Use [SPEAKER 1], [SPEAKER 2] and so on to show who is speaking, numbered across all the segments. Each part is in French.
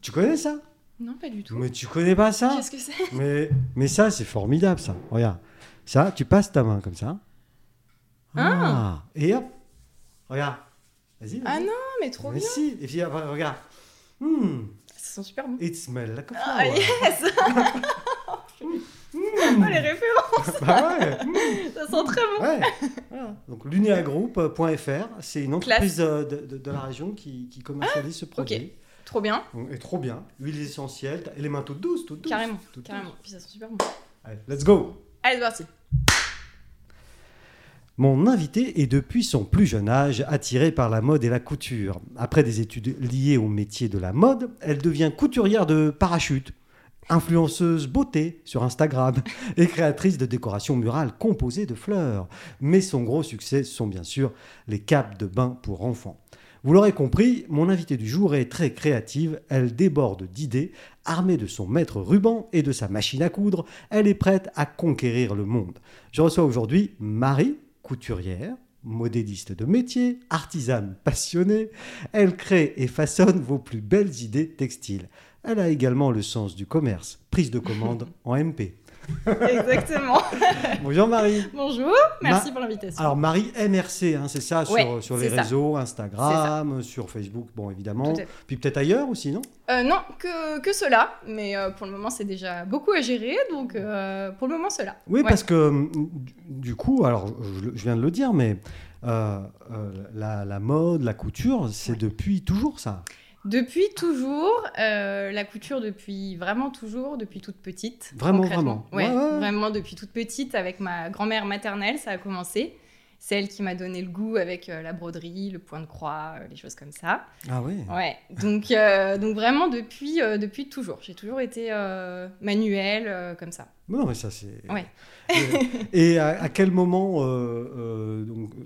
[SPEAKER 1] Tu connais ça
[SPEAKER 2] Non, pas du tout.
[SPEAKER 1] Mais tu connais pas ça
[SPEAKER 2] Qu'est-ce que c'est
[SPEAKER 1] mais, mais ça, c'est formidable, ça. Regarde. Ça, tu passes ta main comme ça.
[SPEAKER 2] Ah.
[SPEAKER 1] Et hop. Regarde. Vas-y.
[SPEAKER 2] Ah
[SPEAKER 1] vas-y.
[SPEAKER 2] non, mais trop
[SPEAKER 1] Mais
[SPEAKER 2] bien.
[SPEAKER 1] si. Et puis, après, regarde. Hmm.
[SPEAKER 2] Ça sent super bon.
[SPEAKER 1] It smells like a
[SPEAKER 2] Ah
[SPEAKER 1] flower.
[SPEAKER 2] yes
[SPEAKER 1] Hmm.
[SPEAKER 2] Oh, les références
[SPEAKER 1] Bah ouais. hmm,
[SPEAKER 2] Ça sent très bon
[SPEAKER 1] ouais.
[SPEAKER 2] Ah.
[SPEAKER 1] Voilà. Donc, l'uniagroup.fr, c'est une entreprise euh, de, de- de la région qui, qui commercialise
[SPEAKER 2] Ah,
[SPEAKER 1] ce produit.
[SPEAKER 2] Trop bien,
[SPEAKER 1] Donc, Et trop bien. Huiles essentielles. t'as- Et les mains toutes douces, toutes douces.
[SPEAKER 2] carrément,
[SPEAKER 1] toutes douces.
[SPEAKER 2] carrément. Puis ça sent super bon.
[SPEAKER 1] Allez, let's go.
[SPEAKER 2] Allez, c'est parti.
[SPEAKER 1] Mon invité est depuis son plus jeune âge attirée par la mode et la couture. Après des études liées au métier de la mode, elle devient couturière de parachute, influenceuse beauté sur Instagram et créatrice de décorations murales composées de fleurs. Mais son gros succès sont bien sûr les capes de bain pour enfants. Vous l'aurez compris, mon invitée du jour est très créative, elle déborde d'idées, armée de son maître ruban et de sa machine à coudre, elle est prête à conquérir le monde. Je reçois aujourd'hui Marie, couturière, modéliste de métier, artisane passionnée. Elle crée et façonne vos plus belles idées textiles. Elle a également le sens du commerce, prise de commande en MP.
[SPEAKER 2] Exactement.
[SPEAKER 1] Bonjour Marie.
[SPEAKER 2] Bonjour, merci pour l'invitation.
[SPEAKER 1] Bah, Alors Marie MRC, hein, c'est ça, sur-
[SPEAKER 2] Ouais,
[SPEAKER 1] sur, les
[SPEAKER 2] c'est ça.
[SPEAKER 1] réseaux, Instagram, sur Facebook, bon évidemment.
[SPEAKER 2] Tout à fait.
[SPEAKER 1] Puis peut-être ailleurs aussi, non
[SPEAKER 2] Euh, non, que, que cela, mais euh, pour le moment c'est déjà beaucoup à gérer, donc euh, pour le moment cela.
[SPEAKER 1] Oui,
[SPEAKER 2] Ouais.
[SPEAKER 1] parce que mm, du- du coup, alors je, je viens de le dire, mais euh, euh, la, la mode, la couture, c'est
[SPEAKER 2] Ouais.
[SPEAKER 1] depuis toujours ça.
[SPEAKER 2] Depuis toujours, euh, la couture depuis vraiment toujours, depuis toute petite.
[SPEAKER 1] Vraiment,
[SPEAKER 2] concrètement.
[SPEAKER 1] vraiment.
[SPEAKER 2] Ouais,
[SPEAKER 1] Ouais, ouais, ouais.
[SPEAKER 2] Vraiment depuis toute petite, avec ma grand-mère maternelle, ça a commencé. Celle qui m'a donné le goût avec euh, la broderie, le point de croix, euh, les choses comme ça.
[SPEAKER 1] Ah oui.
[SPEAKER 2] Ouais, donc, euh, donc vraiment depuis, euh, depuis toujours. J'ai toujours été euh, manuelle, euh, comme ça.
[SPEAKER 1] Non, mais ça c'est.
[SPEAKER 2] Ouais.
[SPEAKER 1] et et à, à quel moment, euh, euh, donc, euh,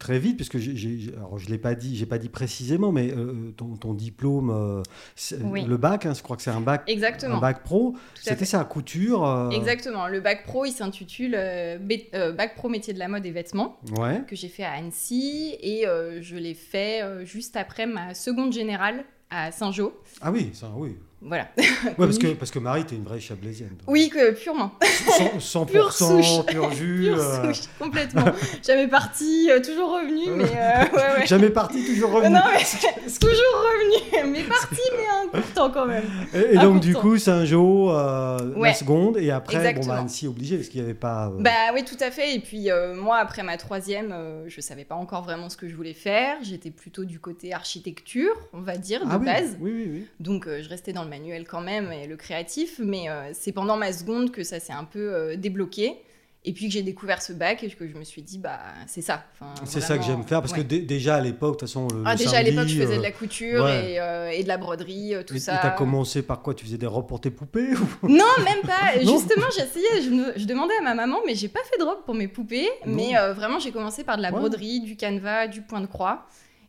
[SPEAKER 1] très vite, puisque j'ai- j'ai- j'ai- alors, je l'ai pas dit, j'ai pas dit précisément, mais euh, ton, ton diplôme, euh, c'est-
[SPEAKER 2] Oui.
[SPEAKER 1] le bac, hein, je crois que c'est un bac, un
[SPEAKER 2] Exactement.
[SPEAKER 1] bac pro,
[SPEAKER 2] à
[SPEAKER 1] c'était
[SPEAKER 2] fait.
[SPEAKER 1] ça, couture. euh,
[SPEAKER 2] Exactement. Le bac pro, il s'intitule euh, bé- euh, Bac pro métier de la mode et vêtements,
[SPEAKER 1] Ouais.
[SPEAKER 2] que j'ai fait à Annecy et euh, je l'ai fait euh, juste après ma seconde générale à Saint-Jean.
[SPEAKER 1] Ah oui, ça, oui.
[SPEAKER 2] Voilà.
[SPEAKER 1] Ouais, parce que parce que Marie, t'es une vraie Chablaisienne. toi.
[SPEAKER 2] Oui, que purement.
[SPEAKER 1] 100%, 100%
[SPEAKER 2] Pure souche.
[SPEAKER 1] pur jus.
[SPEAKER 2] Pure
[SPEAKER 1] euh,
[SPEAKER 2] souche, complètement. Jamais partie, euh, toujours revenue, mais euh, ouais, ouais.
[SPEAKER 1] Jamais parti, toujours revenu.
[SPEAKER 2] Non, mais toujours revenue, mais partie, mais un court temps quand même.
[SPEAKER 1] Et, et donc, du
[SPEAKER 2] important.
[SPEAKER 1] coup, Saint-Jean, euh, la
[SPEAKER 2] Ouais.
[SPEAKER 1] seconde, et après, bon, bah,
[SPEAKER 2] Exactement.
[SPEAKER 1] Annecy obligé, parce qu'il n'y avait pas. euh,
[SPEAKER 2] Bah oui, tout à fait. Et puis euh, moi, après ma troisième, euh, je savais pas encore vraiment ce que je voulais faire. J'étais plutôt du côté architecture, on va dire, de
[SPEAKER 1] ah oui,
[SPEAKER 2] base.
[SPEAKER 1] Oui, oui, oui.
[SPEAKER 2] Donc euh, je restais dans le manuel quand même et le créatif. Mais euh, c'est pendant ma seconde que ça s'est un peu euh, débloqué. Et puis que j'ai découvert ce bac et que je me suis dit, bah c'est ça. Enfin,
[SPEAKER 1] C'est ça que
[SPEAKER 2] vraiment,
[SPEAKER 1] j'aime faire parce
[SPEAKER 2] ouais.
[SPEAKER 1] que dé- déjà à l'époque, de toute façon, le,
[SPEAKER 2] Ah,
[SPEAKER 1] le
[SPEAKER 2] déjà à
[SPEAKER 1] samedi,
[SPEAKER 2] l'époque, je faisais
[SPEAKER 1] euh,
[SPEAKER 2] de la couture
[SPEAKER 1] ouais.
[SPEAKER 2] et, euh, et de la broderie, euh, tout
[SPEAKER 1] et- et
[SPEAKER 2] ça.
[SPEAKER 1] t'as commencé par quoi Tu faisais des robes pour tes poupées ou-
[SPEAKER 2] Non, même pas.
[SPEAKER 1] Non.
[SPEAKER 2] Justement, j'essayais, je, me- je demandais à ma maman, mais j'ai pas fait de robe pour mes poupées.
[SPEAKER 1] Non.
[SPEAKER 2] Mais euh, vraiment, j'ai commencé par de la
[SPEAKER 1] Ouais.
[SPEAKER 2] broderie, du canevas, du point de croix.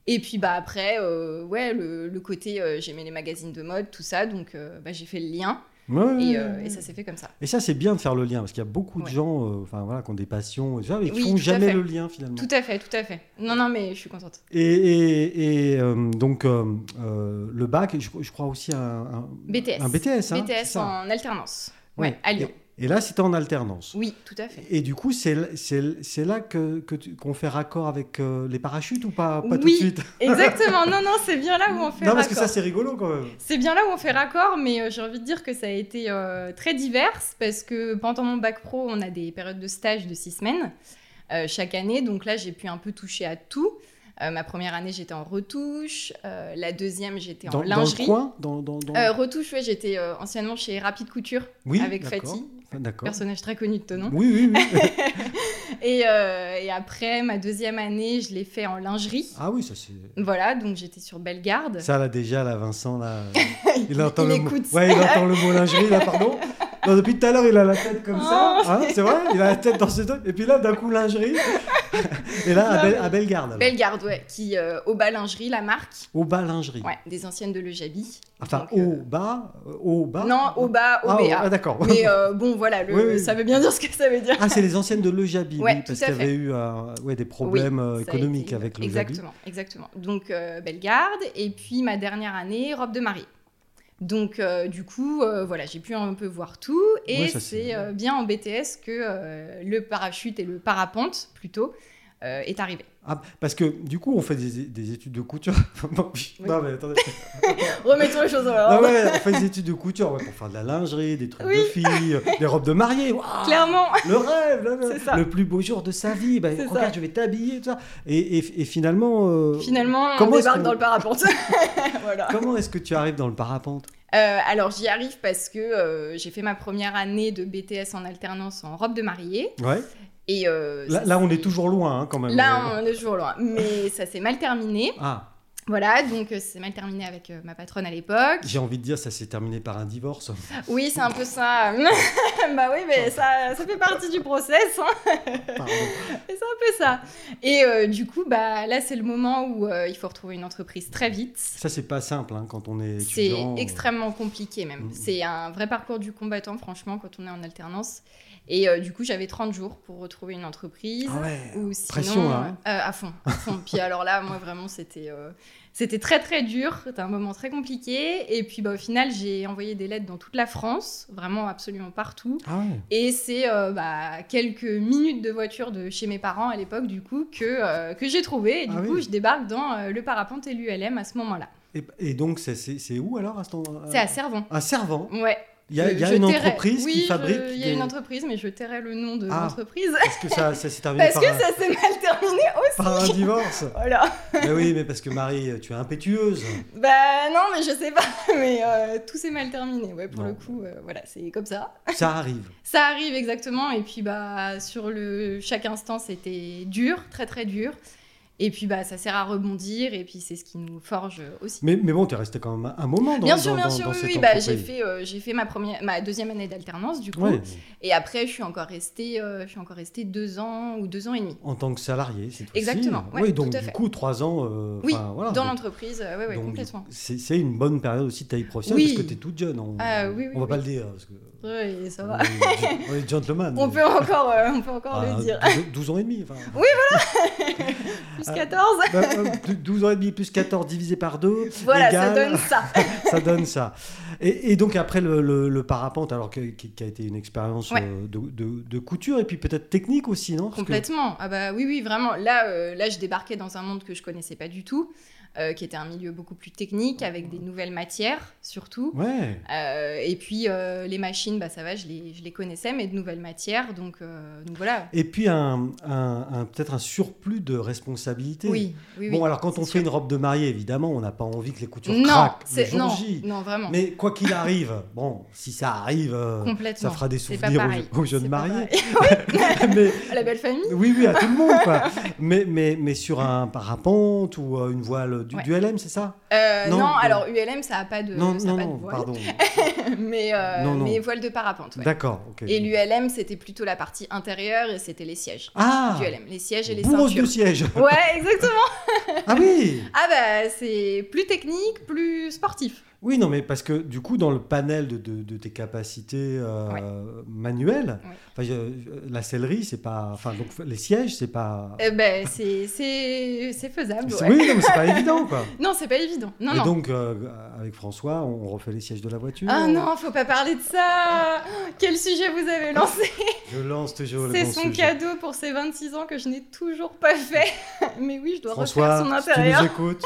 [SPEAKER 2] Et puis bah après, euh, ouais, le, le côté, euh, j'aimais les magazines de mode, tout ça, donc euh, bah, j'ai fait le lien
[SPEAKER 1] Ouais,
[SPEAKER 2] et,
[SPEAKER 1] ouais,
[SPEAKER 2] euh,
[SPEAKER 1] ouais.
[SPEAKER 2] et ça s'est fait comme ça.
[SPEAKER 1] Et ça, c'est bien de faire le lien parce qu'il y a beaucoup de
[SPEAKER 2] Ouais.
[SPEAKER 1] gens euh, enfin, voilà, qui ont des passions et tout ça, mais qui
[SPEAKER 2] Oui,
[SPEAKER 1] font
[SPEAKER 2] tout à
[SPEAKER 1] jamais
[SPEAKER 2] fait.
[SPEAKER 1] le lien finalement.
[SPEAKER 2] Tout à fait, tout à fait. Non, non, mais je suis contente.
[SPEAKER 1] Et, et- et, euh, donc, euh, euh, le bac, et je, je crois aussi un, un
[SPEAKER 2] BTS.
[SPEAKER 1] un BTS. hein, c'est
[SPEAKER 2] BTS
[SPEAKER 1] ça.
[SPEAKER 2] en alternance. Ouais, à Lyon.
[SPEAKER 1] Et, et là, c'était en alternance.
[SPEAKER 2] Oui, tout à fait.
[SPEAKER 1] Et du coup, c'est l- c'est l- c'est là que que tu- qu'on fait raccord avec euh, les parachutes ou pas, pas tout de
[SPEAKER 2] Oui.
[SPEAKER 1] suite
[SPEAKER 2] Exactement. Non, non, c'est bien là où on fait
[SPEAKER 1] Non, parce que
[SPEAKER 2] raccord.
[SPEAKER 1] ça, c'est rigolo quand même.
[SPEAKER 2] C'est bien là où on fait raccord, mais euh, j'ai envie de dire que ça a été euh, très diverse parce que pendant mon bac pro, on a des périodes de stage de six semaines euh, chaque année. Donc là, j'ai pu un peu toucher à tout. Euh, ma première année, j'étais en retouche. euh, la deuxième, j'étais en
[SPEAKER 1] Dans, dans le
[SPEAKER 2] lingerie.
[SPEAKER 1] coin dans, dans, dans-
[SPEAKER 2] Euh, retouche, ouais, j'étais euh, anciennement chez Rapide Couture
[SPEAKER 1] Oui,
[SPEAKER 2] avec
[SPEAKER 1] d'accord.
[SPEAKER 2] Fatih,
[SPEAKER 1] Ah, D'accord.
[SPEAKER 2] personnage très connu de ton nom.
[SPEAKER 1] Oui, oui, oui.
[SPEAKER 2] Et, euh, et après, ma deuxième année, je l'ai fait en lingerie.
[SPEAKER 1] ah oui, ça c'est.
[SPEAKER 2] Voilà, donc j'étais sur Bellegarde.
[SPEAKER 1] Ça là déjà, là, Vincent, là. Il entend,
[SPEAKER 2] il
[SPEAKER 1] le, mot...
[SPEAKER 2] écoute.
[SPEAKER 1] ouais, il entend le mot lingerie, là, pardon. Non, depuis tout à l'heure, il a la tête comme ça.
[SPEAKER 2] Oh.
[SPEAKER 1] hein, c'est vrai, il a la tête dans ce truc. Et puis là, d'un coup, lingerie. Et là, à,
[SPEAKER 2] Non,
[SPEAKER 1] Bel-
[SPEAKER 2] mais-
[SPEAKER 1] à Bellegarde. alors.
[SPEAKER 2] Bellegarde, ouais, qui, euh, au bas lingerie, la marque,
[SPEAKER 1] Au bas, lingerie.
[SPEAKER 2] Ouais, des anciennes de Le Jabi.
[SPEAKER 1] Enfin,
[SPEAKER 2] Donc,
[SPEAKER 1] au
[SPEAKER 2] euh,
[SPEAKER 1] bas, euh, au bas.
[SPEAKER 2] Non, au bas, au
[SPEAKER 1] Ah,
[SPEAKER 2] BA.
[SPEAKER 1] ah, d'accord.
[SPEAKER 2] Mais euh, bon, voilà, le-
[SPEAKER 1] Oui, oui.
[SPEAKER 2] ça veut bien dire ce que ça veut dire.
[SPEAKER 1] Ah, c'est les anciennes de Le Jabi,
[SPEAKER 2] Ouais,
[SPEAKER 1] oui,
[SPEAKER 2] tout
[SPEAKER 1] parce
[SPEAKER 2] à
[SPEAKER 1] qu'il y avait eu euh, ouais, des problèmes euh,
[SPEAKER 2] Ça a
[SPEAKER 1] économiques
[SPEAKER 2] été-
[SPEAKER 1] avec Le Jabi.
[SPEAKER 2] Exactement, exactement. Donc, euh, Bellegarde. Et puis, ma dernière année, robe de mariée. Donc, euh, du coup, euh, voilà, j'ai pu un peu voir tout. Et
[SPEAKER 1] Ouais, ça, c'est-
[SPEAKER 2] c'est euh, bien en BTS que euh, le parachute et le parapente, plutôt, euh, est arrivé.
[SPEAKER 1] Ah, parce que du coup, on fait des, des études de couture. non, mais attendez.
[SPEAKER 2] Oh. Remettons les choses dans
[SPEAKER 1] Ah
[SPEAKER 2] l'ordre.
[SPEAKER 1] ouais, on fait des études de couture ouais, pour faire de la lingerie, des trucs de
[SPEAKER 2] Oui.
[SPEAKER 1] filles, euh, des robes de mariée. Waouh,
[SPEAKER 2] Clairement,
[SPEAKER 1] le rêve, là, là,
[SPEAKER 2] C'est ça.
[SPEAKER 1] le plus beau jour de sa vie. Bah,
[SPEAKER 2] C'est ça.
[SPEAKER 1] regarde, je vais t'habiller, tout ça. Et, et- et finalement, euh,
[SPEAKER 2] finalement,
[SPEAKER 1] Comment est-ce
[SPEAKER 2] on débarque
[SPEAKER 1] qu'on-
[SPEAKER 2] dans le parapente. voilà.
[SPEAKER 1] comment est-ce que tu arrives dans le parapente
[SPEAKER 2] Euh, alors, j'y arrive parce que euh, j'ai fait ma première année de BTS en alternance en robe de mariée.
[SPEAKER 1] Ouais.
[SPEAKER 2] Et euh,
[SPEAKER 1] Là,
[SPEAKER 2] ça-
[SPEAKER 1] là, on est toujours loin, hein, quand même.
[SPEAKER 2] là, on est toujours loin. Mais ça s'est mal terminé.
[SPEAKER 1] Ah,
[SPEAKER 2] Voilà, donc euh, c'est mal terminé avec euh, ma patronne à l'époque.
[SPEAKER 1] j'ai envie de dire, ça s'est terminé par un divorce.
[SPEAKER 2] Oui, c'est un peu ça. bah oui, mais ça, ça fait partie du process. hein.
[SPEAKER 1] Pardon.
[SPEAKER 2] C'est un peu ça. Et euh, du coup, bah, là, c'est le moment où euh, il faut retrouver une entreprise très vite.
[SPEAKER 1] Ça, c'est pas simple hein, quand on est
[SPEAKER 2] C'est
[SPEAKER 1] étudiant.
[SPEAKER 2] extrêmement compliqué même.
[SPEAKER 1] Mm.
[SPEAKER 2] C'est un vrai parcours du combattant, franchement, quand on est en alternance. Et euh, du coup, j'avais 30 jours pour retrouver une entreprise.
[SPEAKER 1] Ah ouais.
[SPEAKER 2] Ou sinon,
[SPEAKER 1] Pression, là, hein.
[SPEAKER 2] euh, à fond, à fond. Puis alors là, moi vraiment, c'était euh, c'était très très dur. C'était un moment très compliqué. Et puis bah, au final, j'ai envoyé des lettres dans toute la France, vraiment absolument partout.
[SPEAKER 1] Ah ouais.
[SPEAKER 2] Et c'est euh, bah, quelques minutes de voiture de chez mes parents à l'époque, du coup, que, euh, que j'ai trouvé. Et du
[SPEAKER 1] Ah oui.
[SPEAKER 2] coup, je débarque dans euh, le parapente et l'ULM à ce moment-là.
[SPEAKER 1] Et, et donc, c'est- c'est c'est où alors à ce moment
[SPEAKER 2] C'est à Servant.
[SPEAKER 1] Un servant.
[SPEAKER 2] Ouais.
[SPEAKER 1] Euh. Il y a, il y a
[SPEAKER 2] Je
[SPEAKER 1] une
[SPEAKER 2] tairai-
[SPEAKER 1] entreprise
[SPEAKER 2] Oui,
[SPEAKER 1] qui
[SPEAKER 2] je-
[SPEAKER 1] fabrique.
[SPEAKER 2] Il y a
[SPEAKER 1] des-
[SPEAKER 2] une entreprise, mais je tairai le nom de
[SPEAKER 1] Ah.
[SPEAKER 2] l'entreprise.
[SPEAKER 1] Parce que ça, ça s'est terminé
[SPEAKER 2] Parce
[SPEAKER 1] par,
[SPEAKER 2] que
[SPEAKER 1] un-
[SPEAKER 2] ça s'est mal terminé
[SPEAKER 1] par un
[SPEAKER 2] aussi.
[SPEAKER 1] divorce.
[SPEAKER 2] Voilà.
[SPEAKER 1] mais oui, mais parce que Marie, tu es impétueuse.
[SPEAKER 2] Bah non, mais je sais pas, mais euh, tout s'est mal terminé, ouais, pour
[SPEAKER 1] Non.
[SPEAKER 2] le coup, euh, voilà, c'est comme ça.
[SPEAKER 1] Ça arrive.
[SPEAKER 2] Ça arrive exactement, et puis bah, sur le... chaque instant, c'était dur, très très dur, et puis bah, ça sert à rebondir, et puis c'est ce qui nous forge euh, aussi.
[SPEAKER 1] Mais, mais bon, tu es resté quand même un moment dans
[SPEAKER 2] bien sûr,
[SPEAKER 1] dans-
[SPEAKER 2] bien
[SPEAKER 1] dans-
[SPEAKER 2] sûr,
[SPEAKER 1] dans
[SPEAKER 2] oui,
[SPEAKER 1] cette
[SPEAKER 2] oui, bah, j'ai
[SPEAKER 1] entreprise.
[SPEAKER 2] fait, euh, j'ai fait ma, première, ma deuxième année d'alternance, du coup,
[SPEAKER 1] Ouais,
[SPEAKER 2] et après, je suis encore restée, euh, je suis encore restée deux ans ou deux ans et demi.
[SPEAKER 1] en tant que salarié, c'est tout
[SPEAKER 2] Exactement, ouais,
[SPEAKER 1] oui, donc
[SPEAKER 2] tout à
[SPEAKER 1] du
[SPEAKER 2] fait.
[SPEAKER 1] coup, trois ans. euh,
[SPEAKER 2] Oui,
[SPEAKER 1] enfin, voilà,
[SPEAKER 2] Dans
[SPEAKER 1] donc-
[SPEAKER 2] l'entreprise, euh, ouais, ouais,
[SPEAKER 1] donc,
[SPEAKER 2] complètement.
[SPEAKER 1] C'est c'est une bonne période aussi de taille professionnelle
[SPEAKER 2] Oui.
[SPEAKER 1] parce que tu es toute jeune. On
[SPEAKER 2] Ah, oui, oui,
[SPEAKER 1] on va pas
[SPEAKER 2] oui.
[SPEAKER 1] le dire parce que.
[SPEAKER 2] Oui, ça
[SPEAKER 1] On
[SPEAKER 2] va.
[SPEAKER 1] est, on est gentleman.
[SPEAKER 2] On
[SPEAKER 1] mais-
[SPEAKER 2] peut encore, euh, on peut encore
[SPEAKER 1] Ah,
[SPEAKER 2] le dire.
[SPEAKER 1] 12, 12 ans et demi. Enfin,
[SPEAKER 2] Plus
[SPEAKER 1] ah.
[SPEAKER 2] 14
[SPEAKER 1] bah, euh, 12 ans et demi plus 14 divisé par 2.
[SPEAKER 2] Voilà, ça donne ça.
[SPEAKER 1] ça donne ça. Et, et donc après le, le- le parapente, alors que- qui, qui a été une expérience
[SPEAKER 2] Ouais.
[SPEAKER 1] euh, de, de- de couture et puis peut-être technique aussi, non Parce que-
[SPEAKER 2] Complètement. Ah bah oui, oui, vraiment. Là, euh, là, je débarquais dans un monde que je connaissais pas du tout, euh, qui était un milieu beaucoup plus technique, avec des nouvelles matières surtout.
[SPEAKER 1] Ouais.
[SPEAKER 2] Euh, et puis euh, les machines, bah ça va, je les, je les connaissais, mais de nouvelles matières, donc, euh, donc voilà.
[SPEAKER 1] Et puis un, un- un- peut-être un surplus de responsabilité.
[SPEAKER 2] Oui, oui, oui.
[SPEAKER 1] Bon, alors quand on
[SPEAKER 2] c'est
[SPEAKER 1] fait
[SPEAKER 2] sûr.
[SPEAKER 1] une robe de mariée, évidemment, on n'a pas envie que les coutures
[SPEAKER 2] non,
[SPEAKER 1] craquent le
[SPEAKER 2] c'est
[SPEAKER 1] jour
[SPEAKER 2] non,
[SPEAKER 1] J.
[SPEAKER 2] non, vraiment,
[SPEAKER 1] Mais quoi qu'il arrive, bon, si ça arrive, euh, ça
[SPEAKER 2] complètement.
[SPEAKER 1] fera des
[SPEAKER 2] C'est pas
[SPEAKER 1] souvenirs
[SPEAKER 2] pareil.
[SPEAKER 1] aux, aux jeunes
[SPEAKER 2] C'est pas
[SPEAKER 1] mariés.
[SPEAKER 2] pareil.
[SPEAKER 1] Mais
[SPEAKER 2] À la belle famille.
[SPEAKER 1] oui, oui, à tout le monde, quoi. mais, mais, mais sur un parapente ou euh, une voile du,
[SPEAKER 2] Ouais.
[SPEAKER 1] du LM, c'est ça
[SPEAKER 2] Euh,
[SPEAKER 1] Non,
[SPEAKER 2] non,
[SPEAKER 1] non.
[SPEAKER 2] alors ULM, ça a pas de,
[SPEAKER 1] Non,
[SPEAKER 2] ça a
[SPEAKER 1] non,
[SPEAKER 2] pas
[SPEAKER 1] non,
[SPEAKER 2] de voile,
[SPEAKER 1] pardon.
[SPEAKER 2] mais euh,
[SPEAKER 1] Non, non.
[SPEAKER 2] mais voile de parapente. ouais.
[SPEAKER 1] D'accord, ok.
[SPEAKER 2] Et l'ULM, c'était plutôt la partie intérieure et c'était les sièges.
[SPEAKER 1] Ah
[SPEAKER 2] ULM, les sièges et les
[SPEAKER 1] Bourreuse
[SPEAKER 2] ceintures.
[SPEAKER 1] de siège
[SPEAKER 2] Ouais, exactement.
[SPEAKER 1] Ah oui
[SPEAKER 2] Ah bah c'est plus technique, plus sportif.
[SPEAKER 1] Oui, non, mais parce que du coup, dans le panel de, de- de tes capacités euh, manuelles,
[SPEAKER 2] Ouais.
[SPEAKER 1] enfin, je- la sellerie, c'est pas. Enfin, donc les sièges, c'est pas.
[SPEAKER 2] Eh ben c'est c'est c'est faisable.
[SPEAKER 1] c'est-
[SPEAKER 2] ouais.
[SPEAKER 1] Oui, non, mais c'est pas évident, quoi.
[SPEAKER 2] Non, c'est pas évident. Non
[SPEAKER 1] Et
[SPEAKER 2] non.
[SPEAKER 1] donc, euh, avec François, on refait les sièges de la voiture.
[SPEAKER 2] Ah non, faut pas parler de ça. Quel sujet vous avez lancé
[SPEAKER 1] Je lance toujours Ah, le
[SPEAKER 2] C'est
[SPEAKER 1] bon
[SPEAKER 2] son
[SPEAKER 1] sujet.
[SPEAKER 2] cadeau pour ses 26 ans que je n'ai toujours pas fait. Mais oui, je dois
[SPEAKER 1] François,
[SPEAKER 2] refaire son
[SPEAKER 1] si tu nous
[SPEAKER 2] intérieur.
[SPEAKER 1] écoutes,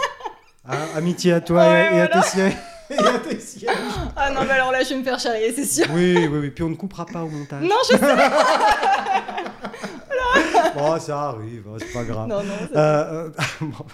[SPEAKER 1] hein, amitié à toi
[SPEAKER 2] Ouais,
[SPEAKER 1] et, et à
[SPEAKER 2] voilà.
[SPEAKER 1] tes sièges. Et à tes sièges.
[SPEAKER 2] Ah non, bah alors là, je vais me faire charrier, c'est sûr.
[SPEAKER 1] Oui, oui, oui. Puis on ne coupera pas au montage.
[SPEAKER 2] Non, je sais.
[SPEAKER 1] Bon, ça arrive, hein, c'est pas grave.
[SPEAKER 2] Non non. c'est-
[SPEAKER 1] Euh, euh, bon.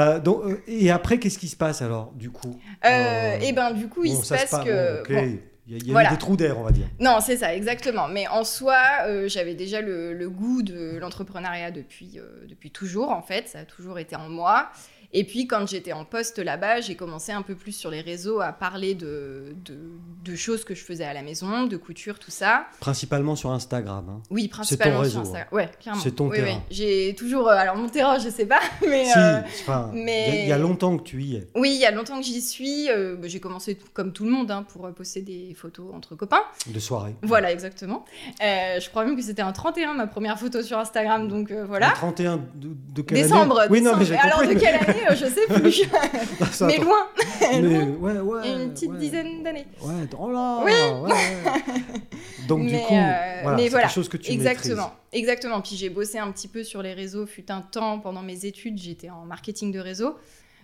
[SPEAKER 1] Euh, donc, euh, et après, qu'est-ce qui se passe alors, du coup
[SPEAKER 2] Euh, et ben du coup, il
[SPEAKER 1] Oh. Bon, ça
[SPEAKER 2] se passe que
[SPEAKER 1] bon, ok.
[SPEAKER 2] bon,
[SPEAKER 1] Il y a, il y a eu
[SPEAKER 2] Voilà.
[SPEAKER 1] des trous d'air, on va dire.
[SPEAKER 2] Non, c'est ça, exactement. Mais en soi, euh, j'avais déjà le, le goût de l'entrepreneuriat depuis, euh, depuis toujours, en fait. Ça a toujours été en moi. Et puis, quand j'étais en poste là-bas, j'ai commencé un peu plus sur les réseaux à parler de, de, de choses que je faisais à la maison, de couture, tout ça.
[SPEAKER 1] Principalement sur Instagram. hein.
[SPEAKER 2] Oui, principalement
[SPEAKER 1] réseau, hein.
[SPEAKER 2] sur Instagram. Ouais, clairement.
[SPEAKER 1] C'est ton
[SPEAKER 2] Oui, oui.
[SPEAKER 1] terrain.
[SPEAKER 2] J'ai toujours. euh, alors, mon terrain, je sais pas, mais.
[SPEAKER 1] si,
[SPEAKER 2] euh,
[SPEAKER 1] enfin, il y a- il y, a
[SPEAKER 2] mais-
[SPEAKER 1] longtemps que tu y es.
[SPEAKER 2] Oui, il y a longtemps que j'y suis. Euh, j'ai commencé tout- comme tout le monde hein, pour euh, poster des photos entre copains.
[SPEAKER 1] De soirée.
[SPEAKER 2] Voilà, exactement. Euh, je crois même que c'était un 31, ma première photo sur Instagram, donc euh,
[SPEAKER 1] Le
[SPEAKER 2] voilà.
[SPEAKER 1] 31 de, de quelle année
[SPEAKER 2] Décembre,
[SPEAKER 1] Oui, non,
[SPEAKER 2] décembre.
[SPEAKER 1] mais j'ai
[SPEAKER 2] Alors,
[SPEAKER 1] compris,
[SPEAKER 2] de
[SPEAKER 1] mais-
[SPEAKER 2] quelle année euh, je sais plus.
[SPEAKER 1] Non, ça,
[SPEAKER 2] mais
[SPEAKER 1] attends.
[SPEAKER 2] loin,
[SPEAKER 1] Mais,
[SPEAKER 2] loin.
[SPEAKER 1] ouais, ouais,
[SPEAKER 2] Il y a une petite
[SPEAKER 1] ouais.
[SPEAKER 2] dizaine d'années.
[SPEAKER 1] Ouais, dans là,
[SPEAKER 2] Oui.
[SPEAKER 1] ouais, ouais. Donc du
[SPEAKER 2] Mais,
[SPEAKER 1] coup,
[SPEAKER 2] euh,
[SPEAKER 1] voilà,
[SPEAKER 2] mais
[SPEAKER 1] c'est
[SPEAKER 2] voilà,
[SPEAKER 1] quelque chose que tu
[SPEAKER 2] Exactement,
[SPEAKER 1] maîtrises.
[SPEAKER 2] exactement. Puis j'ai bossé un petit peu sur les réseaux, fut un temps pendant mes études, j'étais en marketing de réseau.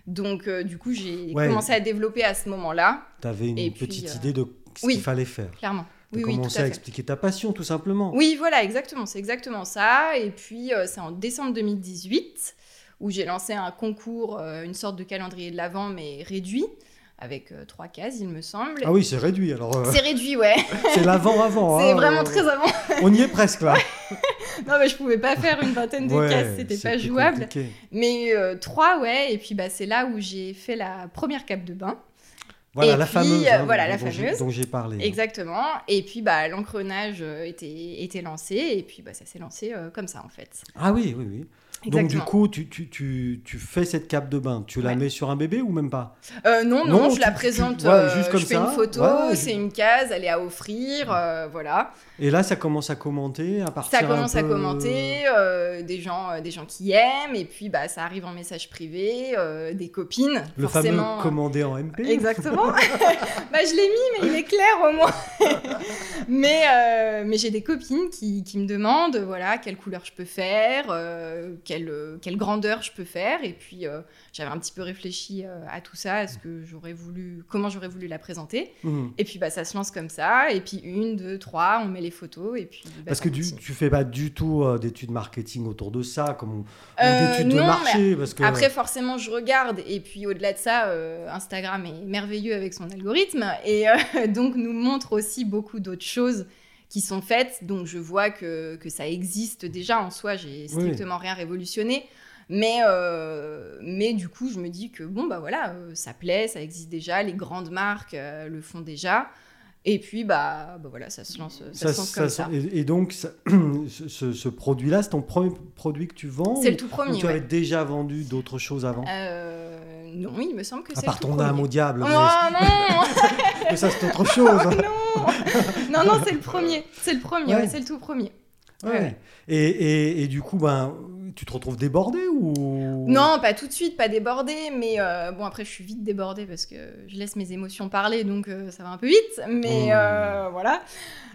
[SPEAKER 2] Donc euh, du coup, j'ai
[SPEAKER 1] Ouais.
[SPEAKER 2] commencé à développer à ce moment-là,
[SPEAKER 1] Tu avais une
[SPEAKER 2] Et puis,
[SPEAKER 1] petite
[SPEAKER 2] euh,
[SPEAKER 1] idée de ce
[SPEAKER 2] oui.
[SPEAKER 1] qu'il fallait faire.
[SPEAKER 2] clairement.
[SPEAKER 1] Tu
[SPEAKER 2] Oui, oui, tout
[SPEAKER 1] commencé
[SPEAKER 2] à
[SPEAKER 1] à
[SPEAKER 2] fait.
[SPEAKER 1] expliquer ta passion, tout simplement.
[SPEAKER 2] Oui, voilà, exactement, c'est exactement ça. Et puis euh, c'est en décembre 2018 où j'ai lancé un concours, euh, une sorte de calendrier de l'avant mais réduit avec euh, trois cases, il me semble.
[SPEAKER 1] Ah oui, c'est réduit. Alors, euh,
[SPEAKER 2] C'est réduit, ouais.
[SPEAKER 1] c'est l'avant-avant.
[SPEAKER 2] C'est
[SPEAKER 1] hein,
[SPEAKER 2] vraiment
[SPEAKER 1] euh,
[SPEAKER 2] très avant.
[SPEAKER 1] On y est presque là.
[SPEAKER 2] Non, mais je pouvais pas faire une vingtaine de
[SPEAKER 1] Ouais,
[SPEAKER 2] cases, c'était pas
[SPEAKER 1] c'était
[SPEAKER 2] jouable.
[SPEAKER 1] compliqué.
[SPEAKER 2] Mais euh, trois, ouais. Et puis bah, c'est là où j'ai fait la première cape de bain.
[SPEAKER 1] Voilà
[SPEAKER 2] Et
[SPEAKER 1] la
[SPEAKER 2] puis,
[SPEAKER 1] fameuse. hein,
[SPEAKER 2] euh, voilà, la
[SPEAKER 1] dont j'ai-
[SPEAKER 2] fameuse.
[SPEAKER 1] Dont j'ai parlé.
[SPEAKER 2] Exactement. Et puis bah, l'engrenage euh, était, était lancé. Et puis bah, ça s'est lancé euh, comme ça, en fait.
[SPEAKER 1] Ah oui, oui, oui. Donc
[SPEAKER 2] Exactement.
[SPEAKER 1] du coup, tu, tu, tu, tu fais cette cape de bain. Tu la
[SPEAKER 2] Ouais.
[SPEAKER 1] mets sur un bébé ou même pas
[SPEAKER 2] Euh, non, non,
[SPEAKER 1] Non,
[SPEAKER 2] je
[SPEAKER 1] tu-
[SPEAKER 2] la
[SPEAKER 1] tu-
[SPEAKER 2] présente.
[SPEAKER 1] ouais,
[SPEAKER 2] euh,
[SPEAKER 1] juste comme
[SPEAKER 2] je fais
[SPEAKER 1] ça.
[SPEAKER 2] une photo,
[SPEAKER 1] Ouais,
[SPEAKER 2] c'est
[SPEAKER 1] je-
[SPEAKER 2] une case, elle est à offrir. euh, voilà.
[SPEAKER 1] Et là, ça commence à commenter à partir.
[SPEAKER 2] Ça commence
[SPEAKER 1] un
[SPEAKER 2] à
[SPEAKER 1] peu-
[SPEAKER 2] commenter. euh, des, gens, euh, des gens qui aiment. Et puis bah, ça arrive en message privé. euh, des copines.
[SPEAKER 1] Le fameux
[SPEAKER 2] forcément. euh,
[SPEAKER 1] commander en MP.
[SPEAKER 2] Exactement. bah, je l'ai mis, mais il est clair au moins. mais euh, mais j'ai des copines qui, qui me demandent voilà quelle couleur je peux faire, euh, quelle, euh, quelle grandeur je peux faire. Et puis euh, j'avais un petit peu réfléchi euh, à tout ça, à ce que j'aurais voulu, comment j'aurais voulu la présenter.
[SPEAKER 1] Mhm.
[SPEAKER 2] Et puis bah ça se lance comme ça. Et puis une, deux, trois, on met les photos. Et puis bah,
[SPEAKER 1] Parce
[SPEAKER 2] ça
[SPEAKER 1] que tu,
[SPEAKER 2] continue.
[SPEAKER 1] tu fais pas du tout euh, d'études marketing autour de ça, comme ou
[SPEAKER 2] Euh,
[SPEAKER 1] d'études de
[SPEAKER 2] non, mais
[SPEAKER 1] marché, parce que
[SPEAKER 2] Après, forcément, je regarde. Et puis, au-delà de ça, euh, Instagram est merveilleux avec son algorithme. Et euh, donc, nous montre aussi beaucoup d'autres choses qui sont faites. Donc, je vois que, que ça existe déjà. En soi, j'ai strictement rien révolutionné. Mais, euh, mais du coup, je me dis que bon, bah voilà, euh, ça plaît, ça existe déjà. Les grandes marques euh, le font déjà. Et puis, bah, bah voilà, ça se lance, ça, se lance comme ça.
[SPEAKER 1] Et, et donc, ça- ce, ce- ce produit-là, c'est ton premier produit que tu vends
[SPEAKER 2] C'est le
[SPEAKER 1] ou-
[SPEAKER 2] tout
[SPEAKER 1] ou
[SPEAKER 2] premier.
[SPEAKER 1] tu
[SPEAKER 2] ouais.
[SPEAKER 1] avais déjà vendu d'autres choses avant
[SPEAKER 2] Euh, non, il me semble que
[SPEAKER 1] À
[SPEAKER 2] c'est le
[SPEAKER 1] part
[SPEAKER 2] tout
[SPEAKER 1] ton
[SPEAKER 2] premier.
[SPEAKER 1] âme au diable, mais-
[SPEAKER 2] Oh non
[SPEAKER 1] mais, ça c'est autre chose.
[SPEAKER 2] Non, non, c'est le premier. C'est le premier,
[SPEAKER 1] Ouais.
[SPEAKER 2] ouais, c'est le tout premier.
[SPEAKER 1] Ouais.
[SPEAKER 2] ouais.
[SPEAKER 1] Et, et- et du coup, ben, tu te retrouves débordé ou
[SPEAKER 2] Non, pas tout de suite, pas débordé, mais euh, bon, après, je suis vite débordée parce que je laisse mes émotions parler, donc euh, ça va un peu vite, mais
[SPEAKER 1] Mm.
[SPEAKER 2] euh, voilà.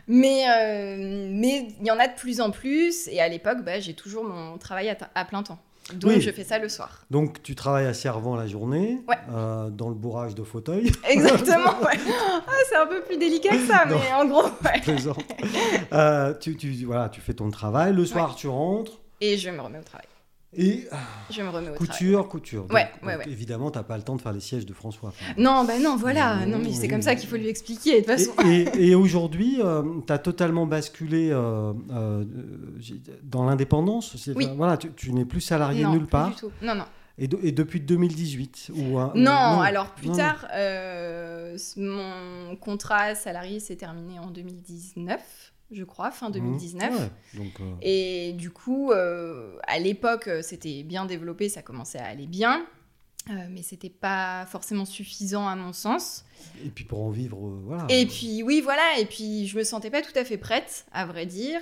[SPEAKER 2] Mais euh, mais il y en a de plus en plus, et à l'époque, bah, j'ai toujours mon travail à, t- à plein temps. Donc,
[SPEAKER 1] Oui.
[SPEAKER 2] je fais ça le soir.
[SPEAKER 1] Donc tu travailles à Servant la journée,
[SPEAKER 2] Ouais.
[SPEAKER 1] euh, dans le bourrage de fauteuil,
[SPEAKER 2] Exactement, ouais. Ah, c'est un peu plus délicat que ça,
[SPEAKER 1] Non.
[SPEAKER 2] mais en gros, ouais.
[SPEAKER 1] plaisant. Euh, tu, tu, voilà, tu fais ton travail, le soir tu rentres
[SPEAKER 2] Et je me remets au travail.
[SPEAKER 1] et
[SPEAKER 2] Je me remets au travail.
[SPEAKER 1] Couture, couture.
[SPEAKER 2] Ouais, ouais, ouais.
[SPEAKER 1] Évidemment, t'as pas le temps de faire les sièges de François.
[SPEAKER 2] Non, bah non, voilà.
[SPEAKER 1] Mm.
[SPEAKER 2] Non, mais c'est comme ça qu'il faut lui expliquer, de toute façon.
[SPEAKER 1] Et, et- et aujourd'hui, tu as totalement basculé euh, euh, j'ai- dans l'indépendance. C'est-
[SPEAKER 2] Oui.
[SPEAKER 1] enfin, Voilà, tu, tu n'es plus salarié
[SPEAKER 2] non,
[SPEAKER 1] nulle
[SPEAKER 2] plus
[SPEAKER 1] part.
[SPEAKER 2] du tout. Non, non.
[SPEAKER 1] Et, de- et depuis 2018 ou un-
[SPEAKER 2] Non, alors plus
[SPEAKER 1] Ah, non.
[SPEAKER 2] tard, euh, c- mon contrat salarié s'est terminé en 2019, je crois, fin 2019.
[SPEAKER 1] Mmh. Ouais, donc, euh,
[SPEAKER 2] Et du coup, euh, à l'époque, euh, c'était bien développé, ça commençait à aller bien, euh, mais c'était pas forcément suffisant à mon sens.
[SPEAKER 1] et puis pour en vivre, euh, voilà.
[SPEAKER 2] Et puis, oui, voilà, et puis je me sentais pas tout à fait prête, à vrai dire.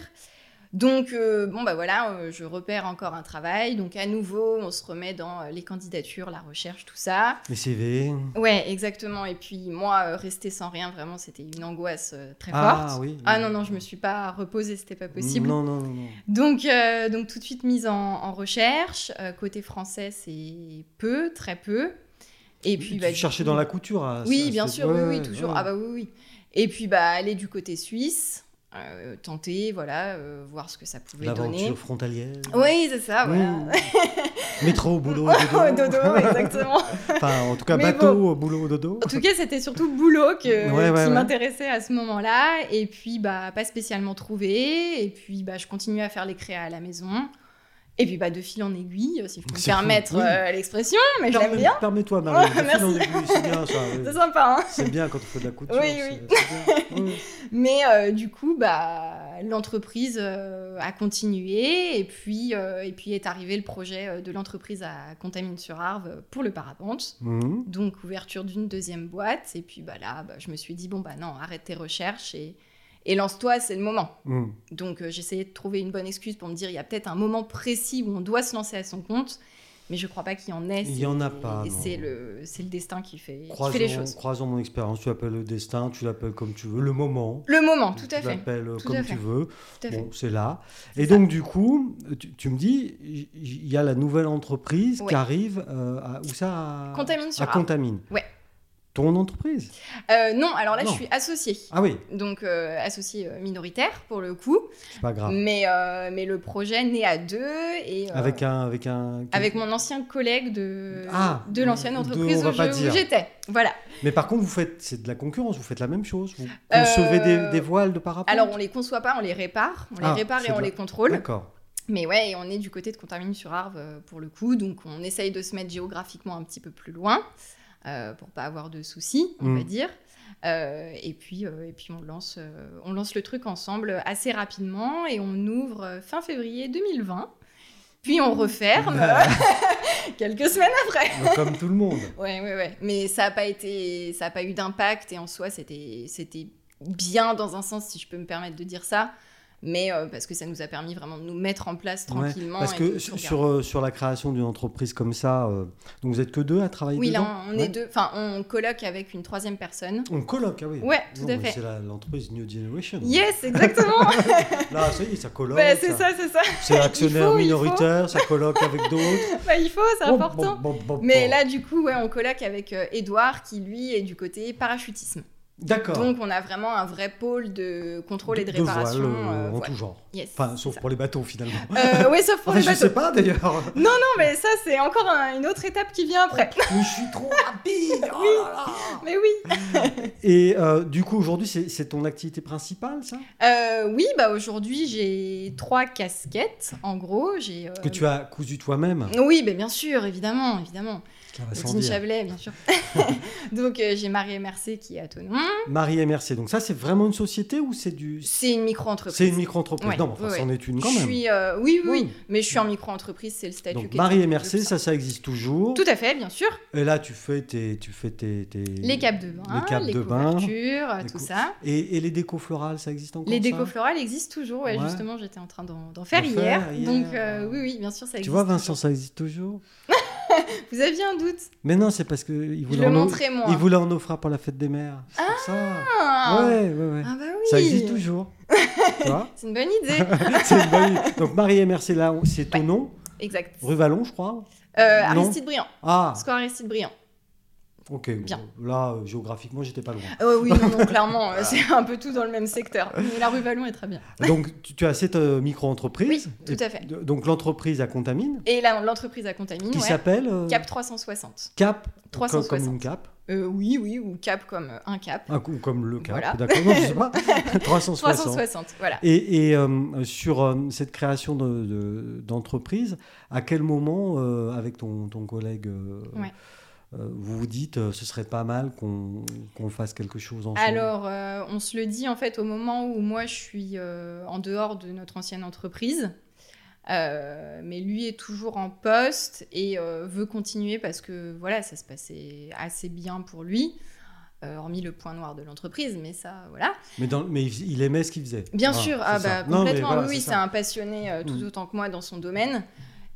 [SPEAKER 2] Donc, euh, bon, bah voilà, euh, je repère encore un travail. Donc, à nouveau, on se remet dans euh, les candidatures, la recherche, tout ça.
[SPEAKER 1] Les CV.
[SPEAKER 2] Ouais, exactement. Et puis moi, euh, rester sans rien, vraiment, c'était une angoisse euh, très
[SPEAKER 1] Ah
[SPEAKER 2] forte.
[SPEAKER 1] oui.
[SPEAKER 2] Ah non, non, je me suis pas reposée, c'était pas possible.
[SPEAKER 1] Non, non, non. non.
[SPEAKER 2] Donc, euh, donc tout de suite mise en, en recherche. Euh, côté français, c'est peu, très peu. Et puis,
[SPEAKER 1] tu
[SPEAKER 2] bah, du
[SPEAKER 1] cherchais
[SPEAKER 2] coup-
[SPEAKER 1] dans la couture. à- à
[SPEAKER 2] Oui,
[SPEAKER 1] ce-
[SPEAKER 2] bien sûr,
[SPEAKER 1] ouais,
[SPEAKER 2] oui, oui,
[SPEAKER 1] ouais,
[SPEAKER 2] toujours.
[SPEAKER 1] ouais.
[SPEAKER 2] Ah bah oui, oui. Et puis, bah, aller du côté suisse, euh, tenter, voilà, euh, voir ce que ça pouvait donner.
[SPEAKER 1] L'aventure frontalière.
[SPEAKER 2] Oui, c'est ça, voilà.
[SPEAKER 1] Mmh. Métro, boulot,
[SPEAKER 2] Au
[SPEAKER 1] dodo.
[SPEAKER 2] dodo, exactement.
[SPEAKER 1] Enfin, en tout cas,
[SPEAKER 2] Mais
[SPEAKER 1] bateau, euh, boulot, dodo.
[SPEAKER 2] En tout cas, c'était surtout le boulot que-
[SPEAKER 1] Ouais, ouais,
[SPEAKER 2] qui
[SPEAKER 1] ouais.
[SPEAKER 2] m'intéressait à ce moment-là. Et puis, bah, pas spécialement trouvé. Et puis, bah, je continuais à faire les créas à la maison. Et puis, bah, de fil en aiguille, si je peux me
[SPEAKER 1] C'est
[SPEAKER 2] permettre
[SPEAKER 1] fou, oui.
[SPEAKER 2] euh, l'expression, mais je
[SPEAKER 1] Permets-
[SPEAKER 2] l'aime bien.
[SPEAKER 1] Permets-toi, Marie.
[SPEAKER 2] Ouais, merci.
[SPEAKER 1] C'est bien, ça. oui.
[SPEAKER 2] C'est sympa, hein
[SPEAKER 1] C'est bien quand on fait de la couture.
[SPEAKER 2] Oui,
[SPEAKER 1] c'est-
[SPEAKER 2] oui.
[SPEAKER 1] c'est bien. Oui.
[SPEAKER 2] Mais euh, du coup, bah, l'entreprise euh, a continué. Et puis, euh, et puis est arrivé le projet euh, de l'entreprise à Contamine-sur-Arve pour le parapente.
[SPEAKER 1] Mhm.
[SPEAKER 2] Donc, ouverture d'une deuxième boîte. Et puis bah, là, bah, je me suis dit, bon, bah non, arrête tes recherches et, et lance-toi, c'est le moment.
[SPEAKER 1] Mhm.
[SPEAKER 2] Donc, euh, j'essayais de trouver une bonne excuse pour me dire, il y a peut-être un moment précis où on doit se lancer à son compte. Mais je crois pas qu'il y en ait.
[SPEAKER 1] Il
[SPEAKER 2] c'est-
[SPEAKER 1] y en a pas,
[SPEAKER 2] et
[SPEAKER 1] non.
[SPEAKER 2] C'est le, c'est le destin qui fait, qui
[SPEAKER 1] Croisons,
[SPEAKER 2] fait les choses.
[SPEAKER 1] croisons mon expérience. Tu l'appelles le destin, tu l'appelles comme tu veux, le moment.
[SPEAKER 2] Le moment, tout
[SPEAKER 1] tu
[SPEAKER 2] à fait.
[SPEAKER 1] l'appelles
[SPEAKER 2] tout à
[SPEAKER 1] comme
[SPEAKER 2] fait,
[SPEAKER 1] tu veux.
[SPEAKER 2] Tout à fait.
[SPEAKER 1] Bah, Bon, c'est là.
[SPEAKER 2] C'est
[SPEAKER 1] Et
[SPEAKER 2] ça.
[SPEAKER 1] donc, du coup, tu, tu me dis, il il y a la nouvelle entreprise
[SPEAKER 2] Ouais.
[SPEAKER 1] qui arrive euh, à, où ça à-
[SPEAKER 2] Contamine sur
[SPEAKER 1] à
[SPEAKER 2] Arles.
[SPEAKER 1] Contamine.
[SPEAKER 2] Ouais.
[SPEAKER 1] Ton entreprise
[SPEAKER 2] Euh, non, alors là,
[SPEAKER 1] Non.
[SPEAKER 2] je suis associée.
[SPEAKER 1] Ah oui,
[SPEAKER 2] Donc, euh, associée euh, minoritaire pour le coup.
[SPEAKER 1] c'est pas grave.
[SPEAKER 2] Mais, euh, mais le projet naît à deux. Et, euh,
[SPEAKER 1] Avec un. Avec, un...
[SPEAKER 2] avec mon ancien collègue de,
[SPEAKER 1] Ah,
[SPEAKER 2] de l'ancienne
[SPEAKER 1] de-
[SPEAKER 2] entreprise
[SPEAKER 1] on va
[SPEAKER 2] où
[SPEAKER 1] pas
[SPEAKER 2] je-
[SPEAKER 1] dire.
[SPEAKER 2] où j'étais. Voilà.
[SPEAKER 1] Mais par contre, vous faites, c'est de la concurrence, vous faites la même chose. Vous
[SPEAKER 2] Euh,
[SPEAKER 1] concevez des, des voiles de parapente
[SPEAKER 2] Alors, on les conçoit pas, on les répare. On les
[SPEAKER 1] Ah,
[SPEAKER 2] répare
[SPEAKER 1] c'est
[SPEAKER 2] et on
[SPEAKER 1] de la-
[SPEAKER 2] les contrôle.
[SPEAKER 1] D'accord.
[SPEAKER 2] Mais ouais, et on est du côté de Contamine-sur-Arve euh, pour le coup, donc on essaye de se mettre géographiquement un petit peu plus loin euh, pour pas avoir de soucis, on
[SPEAKER 1] Mm.
[SPEAKER 2] va dire. Euh, et puis, euh, et puis on, lance, euh, on lance le truc ensemble assez rapidement et on ouvre euh, fin février 2020. Puis on referme
[SPEAKER 1] Ah.
[SPEAKER 2] quelques semaines après.
[SPEAKER 1] Donc, comme tout le monde.
[SPEAKER 2] Ouais, ouais, ouais. Mais ça n'a pas été, ça a pas eu d'impact et en soi c'était, c'était bien dans un sens si je peux me permettre de dire ça. Mais euh, parce que ça nous a permis vraiment de nous mettre en place
[SPEAKER 1] Ouais,
[SPEAKER 2] tranquillement.
[SPEAKER 1] Parce
[SPEAKER 2] et
[SPEAKER 1] que
[SPEAKER 2] de tout
[SPEAKER 1] sur,
[SPEAKER 2] regarder.
[SPEAKER 1] sur, euh, sur la création d'une entreprise comme ça, euh, donc vous êtes que deux à travailler
[SPEAKER 2] Oui, là,
[SPEAKER 1] dedans
[SPEAKER 2] on
[SPEAKER 1] Ouais.
[SPEAKER 2] est deux. Enfin, on colloque avec une troisième personne.
[SPEAKER 1] On colloque, ah oui.
[SPEAKER 2] Ouais,
[SPEAKER 1] Non,
[SPEAKER 2] tout à
[SPEAKER 1] mais
[SPEAKER 2] fait.
[SPEAKER 1] C'est la- l'entreprise New Generation.
[SPEAKER 2] Yes, exactement.
[SPEAKER 1] Là, ça y est, ça colloque.
[SPEAKER 2] Bah, c'est
[SPEAKER 1] Bah ça-
[SPEAKER 2] ça, c'est ça.
[SPEAKER 1] C'est actionnaire
[SPEAKER 2] Il faut, il
[SPEAKER 1] minoritaire, ça colloque avec d'autres.
[SPEAKER 2] Bah, il faut, c'est
[SPEAKER 1] Bon,
[SPEAKER 2] important.
[SPEAKER 1] Oh, bon, bon, bon,
[SPEAKER 2] Mais
[SPEAKER 1] bon.
[SPEAKER 2] là, du coup, ouais, on colloque avec euh, Edouard, qui lui est du côté parachutisme.
[SPEAKER 1] D'accord.
[SPEAKER 2] Donc, on a vraiment un vrai pôle de contrôle et de
[SPEAKER 1] Deux voiles,
[SPEAKER 2] réparation.
[SPEAKER 1] euh,
[SPEAKER 2] euh,
[SPEAKER 1] en
[SPEAKER 2] ouais.
[SPEAKER 1] tout genre.
[SPEAKER 2] Yes,
[SPEAKER 1] Enfin,
[SPEAKER 2] c'est
[SPEAKER 1] sauf
[SPEAKER 2] ça.
[SPEAKER 1] pour les bateaux finalement.
[SPEAKER 2] Euh, ouais, sauf pour
[SPEAKER 1] Enfin,
[SPEAKER 2] les
[SPEAKER 1] je
[SPEAKER 2] bateaux.
[SPEAKER 1] sais pas d'ailleurs.
[SPEAKER 2] Non, mais ça, c'est encore un- une autre étape qui vient après.
[SPEAKER 1] Mais je suis trop rapide. oh là là.
[SPEAKER 2] Mais oui.
[SPEAKER 1] Et euh, du coup, aujourd'hui, c'est c'est ton activité principale, ça
[SPEAKER 2] Euh, oui, bah aujourd'hui, j'ai trois casquettes, en gros. J'ai. euh,
[SPEAKER 1] Que tu as cousu toi-même.
[SPEAKER 2] Oui, bah, bien sûr, évidemment, évidemment.
[SPEAKER 1] Ça va sans
[SPEAKER 2] Odine
[SPEAKER 1] dire.
[SPEAKER 2] Chablais, bien sûr. donc euh, j'ai Marie MRC qui est à ton nom.
[SPEAKER 1] Marie MRC. Donc ça, c'est vraiment une société ou c'est du
[SPEAKER 2] C'est une micro-entreprise.
[SPEAKER 1] C'est une micro-entreprise.
[SPEAKER 2] Ouais,
[SPEAKER 1] non, mais enfin,
[SPEAKER 2] ouais,
[SPEAKER 1] c'en est une
[SPEAKER 2] Je
[SPEAKER 1] quand même.
[SPEAKER 2] suis, euh, oui, oui, oui,
[SPEAKER 1] Oui.
[SPEAKER 2] mais je suis en micro-entreprise, c'est le statut.
[SPEAKER 1] Donc
[SPEAKER 2] qui est
[SPEAKER 1] Marie
[SPEAKER 2] un peu
[SPEAKER 1] MRC,
[SPEAKER 2] plus
[SPEAKER 1] ça, ça existe toujours.
[SPEAKER 2] Tout à fait, bien sûr.
[SPEAKER 1] Et là, tu fais tes, tu fais tes, tes-
[SPEAKER 2] Les capes de bain,
[SPEAKER 1] Les
[SPEAKER 2] les,
[SPEAKER 1] capes de bain.
[SPEAKER 2] couvertures, euh,
[SPEAKER 1] Les
[SPEAKER 2] tout
[SPEAKER 1] cou-
[SPEAKER 2] ça.
[SPEAKER 1] Et, et les décos florales, ça existe encore
[SPEAKER 2] Les
[SPEAKER 1] ça
[SPEAKER 2] décos florales existent toujours. ouais,
[SPEAKER 1] Ouais.
[SPEAKER 2] Justement, j'étais en train d'en d'en faire
[SPEAKER 1] D'en
[SPEAKER 2] hier.
[SPEAKER 1] faire hier.
[SPEAKER 2] Donc euh, oui, oui, bien sûr, ça existe.
[SPEAKER 1] Tu vois, Vincent, ça existe toujours.
[SPEAKER 2] toujours. Vous aviez un doute
[SPEAKER 1] Mais non, c'est parce que il
[SPEAKER 2] Je
[SPEAKER 1] voulait,
[SPEAKER 2] le
[SPEAKER 1] en,
[SPEAKER 2] montrais moi.
[SPEAKER 1] il voulait en offrir pour la fête des mères. C'est pour ça.
[SPEAKER 2] Ah,
[SPEAKER 1] Ouais, ouais, ouais.
[SPEAKER 2] Ah bah oui.
[SPEAKER 1] Ça existe toujours. tu vois
[SPEAKER 2] C'est une bonne idée.
[SPEAKER 1] C'est une bonne idée. Donc Marie MRC, là, on- c'est ton
[SPEAKER 2] Ouais.
[SPEAKER 1] nom.
[SPEAKER 2] exact.
[SPEAKER 1] Rue Vallon, je crois.
[SPEAKER 2] Euh,
[SPEAKER 1] Non.
[SPEAKER 2] Aristide Briand.
[SPEAKER 1] Ah,
[SPEAKER 2] Square Aristide Briand.
[SPEAKER 1] ok.
[SPEAKER 2] Bien.
[SPEAKER 1] Là, euh, géographiquement, j'étais pas loin.
[SPEAKER 2] Euh, oui, non, non, clairement, euh, c'est un peu tout dans le même secteur. Mais la rue Vallon est très bien.
[SPEAKER 1] Donc, tu, tu as cette euh, micro-entreprise.
[SPEAKER 2] Oui, tout
[SPEAKER 1] Et-
[SPEAKER 2] à fait.
[SPEAKER 1] de- Donc, l'entreprise à Contamine,
[SPEAKER 2] Et là, l'entreprise à Contamine,
[SPEAKER 1] qui
[SPEAKER 2] ouais,
[SPEAKER 1] s'appelle euh,
[SPEAKER 2] Cap 360.
[SPEAKER 1] Cap, comme- comme
[SPEAKER 2] 360.
[SPEAKER 1] une cape,
[SPEAKER 2] Euh, oui, oui, ou Cap comme euh, un Cap.
[SPEAKER 1] un coup comme le Cap,
[SPEAKER 2] Voilà.
[SPEAKER 1] d'accord, non, je sais pas, 360.
[SPEAKER 2] 360, voilà.
[SPEAKER 1] Et, et, euh, sur euh, cette création de- de- d'entreprise, à quel moment, euh, avec ton, ton collègue, euh,
[SPEAKER 2] Ouais.
[SPEAKER 1] euh, vous vous dites, euh, ce serait pas mal qu'on qu'on fasse quelque chose ensemble
[SPEAKER 2] Alors, euh, on se le dit en fait au moment où moi je suis euh, en dehors de notre ancienne entreprise. Euh, mais lui est toujours en poste et euh, veut continuer parce que voilà, ça se passait assez bien pour lui, euh, hormis le point noir de l'entreprise, mais ça, voilà.
[SPEAKER 1] mais, dans- mais il il aimait ce qu'il faisait.
[SPEAKER 2] Bien
[SPEAKER 1] Voilà,
[SPEAKER 2] sûr,
[SPEAKER 1] c'est
[SPEAKER 2] ah
[SPEAKER 1] ça.
[SPEAKER 2] bah,
[SPEAKER 1] Non, mais
[SPEAKER 2] complètement,
[SPEAKER 1] voilà,
[SPEAKER 2] oui, oui,
[SPEAKER 1] ça.
[SPEAKER 2] c'est un passionné euh, tout
[SPEAKER 1] Mm.
[SPEAKER 2] autant que moi dans son domaine.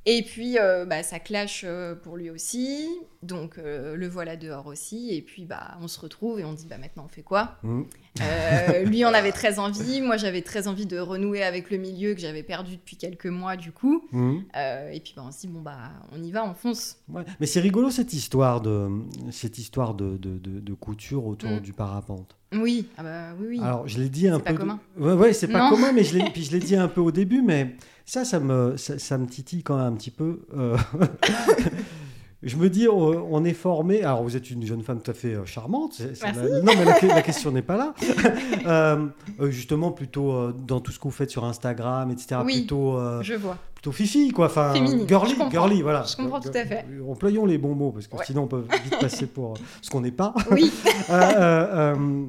[SPEAKER 2] Et puis, euh, bah, ça clash euh, pour lui aussi, donc euh, le voilà dehors aussi. Et puis, bah, on se retrouve et on dit, bah, maintenant, on fait quoi
[SPEAKER 1] Mm.
[SPEAKER 2] Euh, Lui, on avait très envie, moi, j'avais très envie de renouer avec le milieu que j'avais perdu depuis quelques mois, du coup.
[SPEAKER 1] Mm.
[SPEAKER 2] Euh, et puis, bah, on se dit, bon, bah, on y va, on fonce.
[SPEAKER 1] Ouais, Mais c'est rigolo cette histoire de cette histoire de, de- de- de couture autour
[SPEAKER 2] Mm.
[SPEAKER 1] du parapente.
[SPEAKER 2] Oui, ah bah, oui, oui.
[SPEAKER 1] Alors je l'ai dit un
[SPEAKER 2] C'est pas
[SPEAKER 1] peu. de-
[SPEAKER 2] commun.
[SPEAKER 1] Ouais, ouais, c'est pas
[SPEAKER 2] Non.
[SPEAKER 1] commun, mais je l'ai puis je l'ai dit un peu au début, mais ça, ça me ça, ça me titille quand même un petit peu. euh. Je me dis, on on est formé. Alors, vous êtes une jeune femme tout à fait euh, charmante. c'est- c'est
[SPEAKER 2] Merci.
[SPEAKER 1] la- Non, mais la, la question n'est pas là. Euh, euh, justement, plutôt euh, dans tout ce que vous faites sur Instagram, etc.
[SPEAKER 2] Oui.
[SPEAKER 1] Plutôt euh,
[SPEAKER 2] Je vois.
[SPEAKER 1] plutôt fifi, quoi. Enfin,
[SPEAKER 2] Féminine,
[SPEAKER 1] girly,
[SPEAKER 2] je comprends.
[SPEAKER 1] girly, voilà.
[SPEAKER 2] Je comprends tout à fait.
[SPEAKER 1] Employons les bons mots, parce que
[SPEAKER 2] Ouais.
[SPEAKER 1] sinon on peut vite passer pour euh, ce qu'on n'est pas.
[SPEAKER 2] Oui,
[SPEAKER 1] Euh, euh, euh,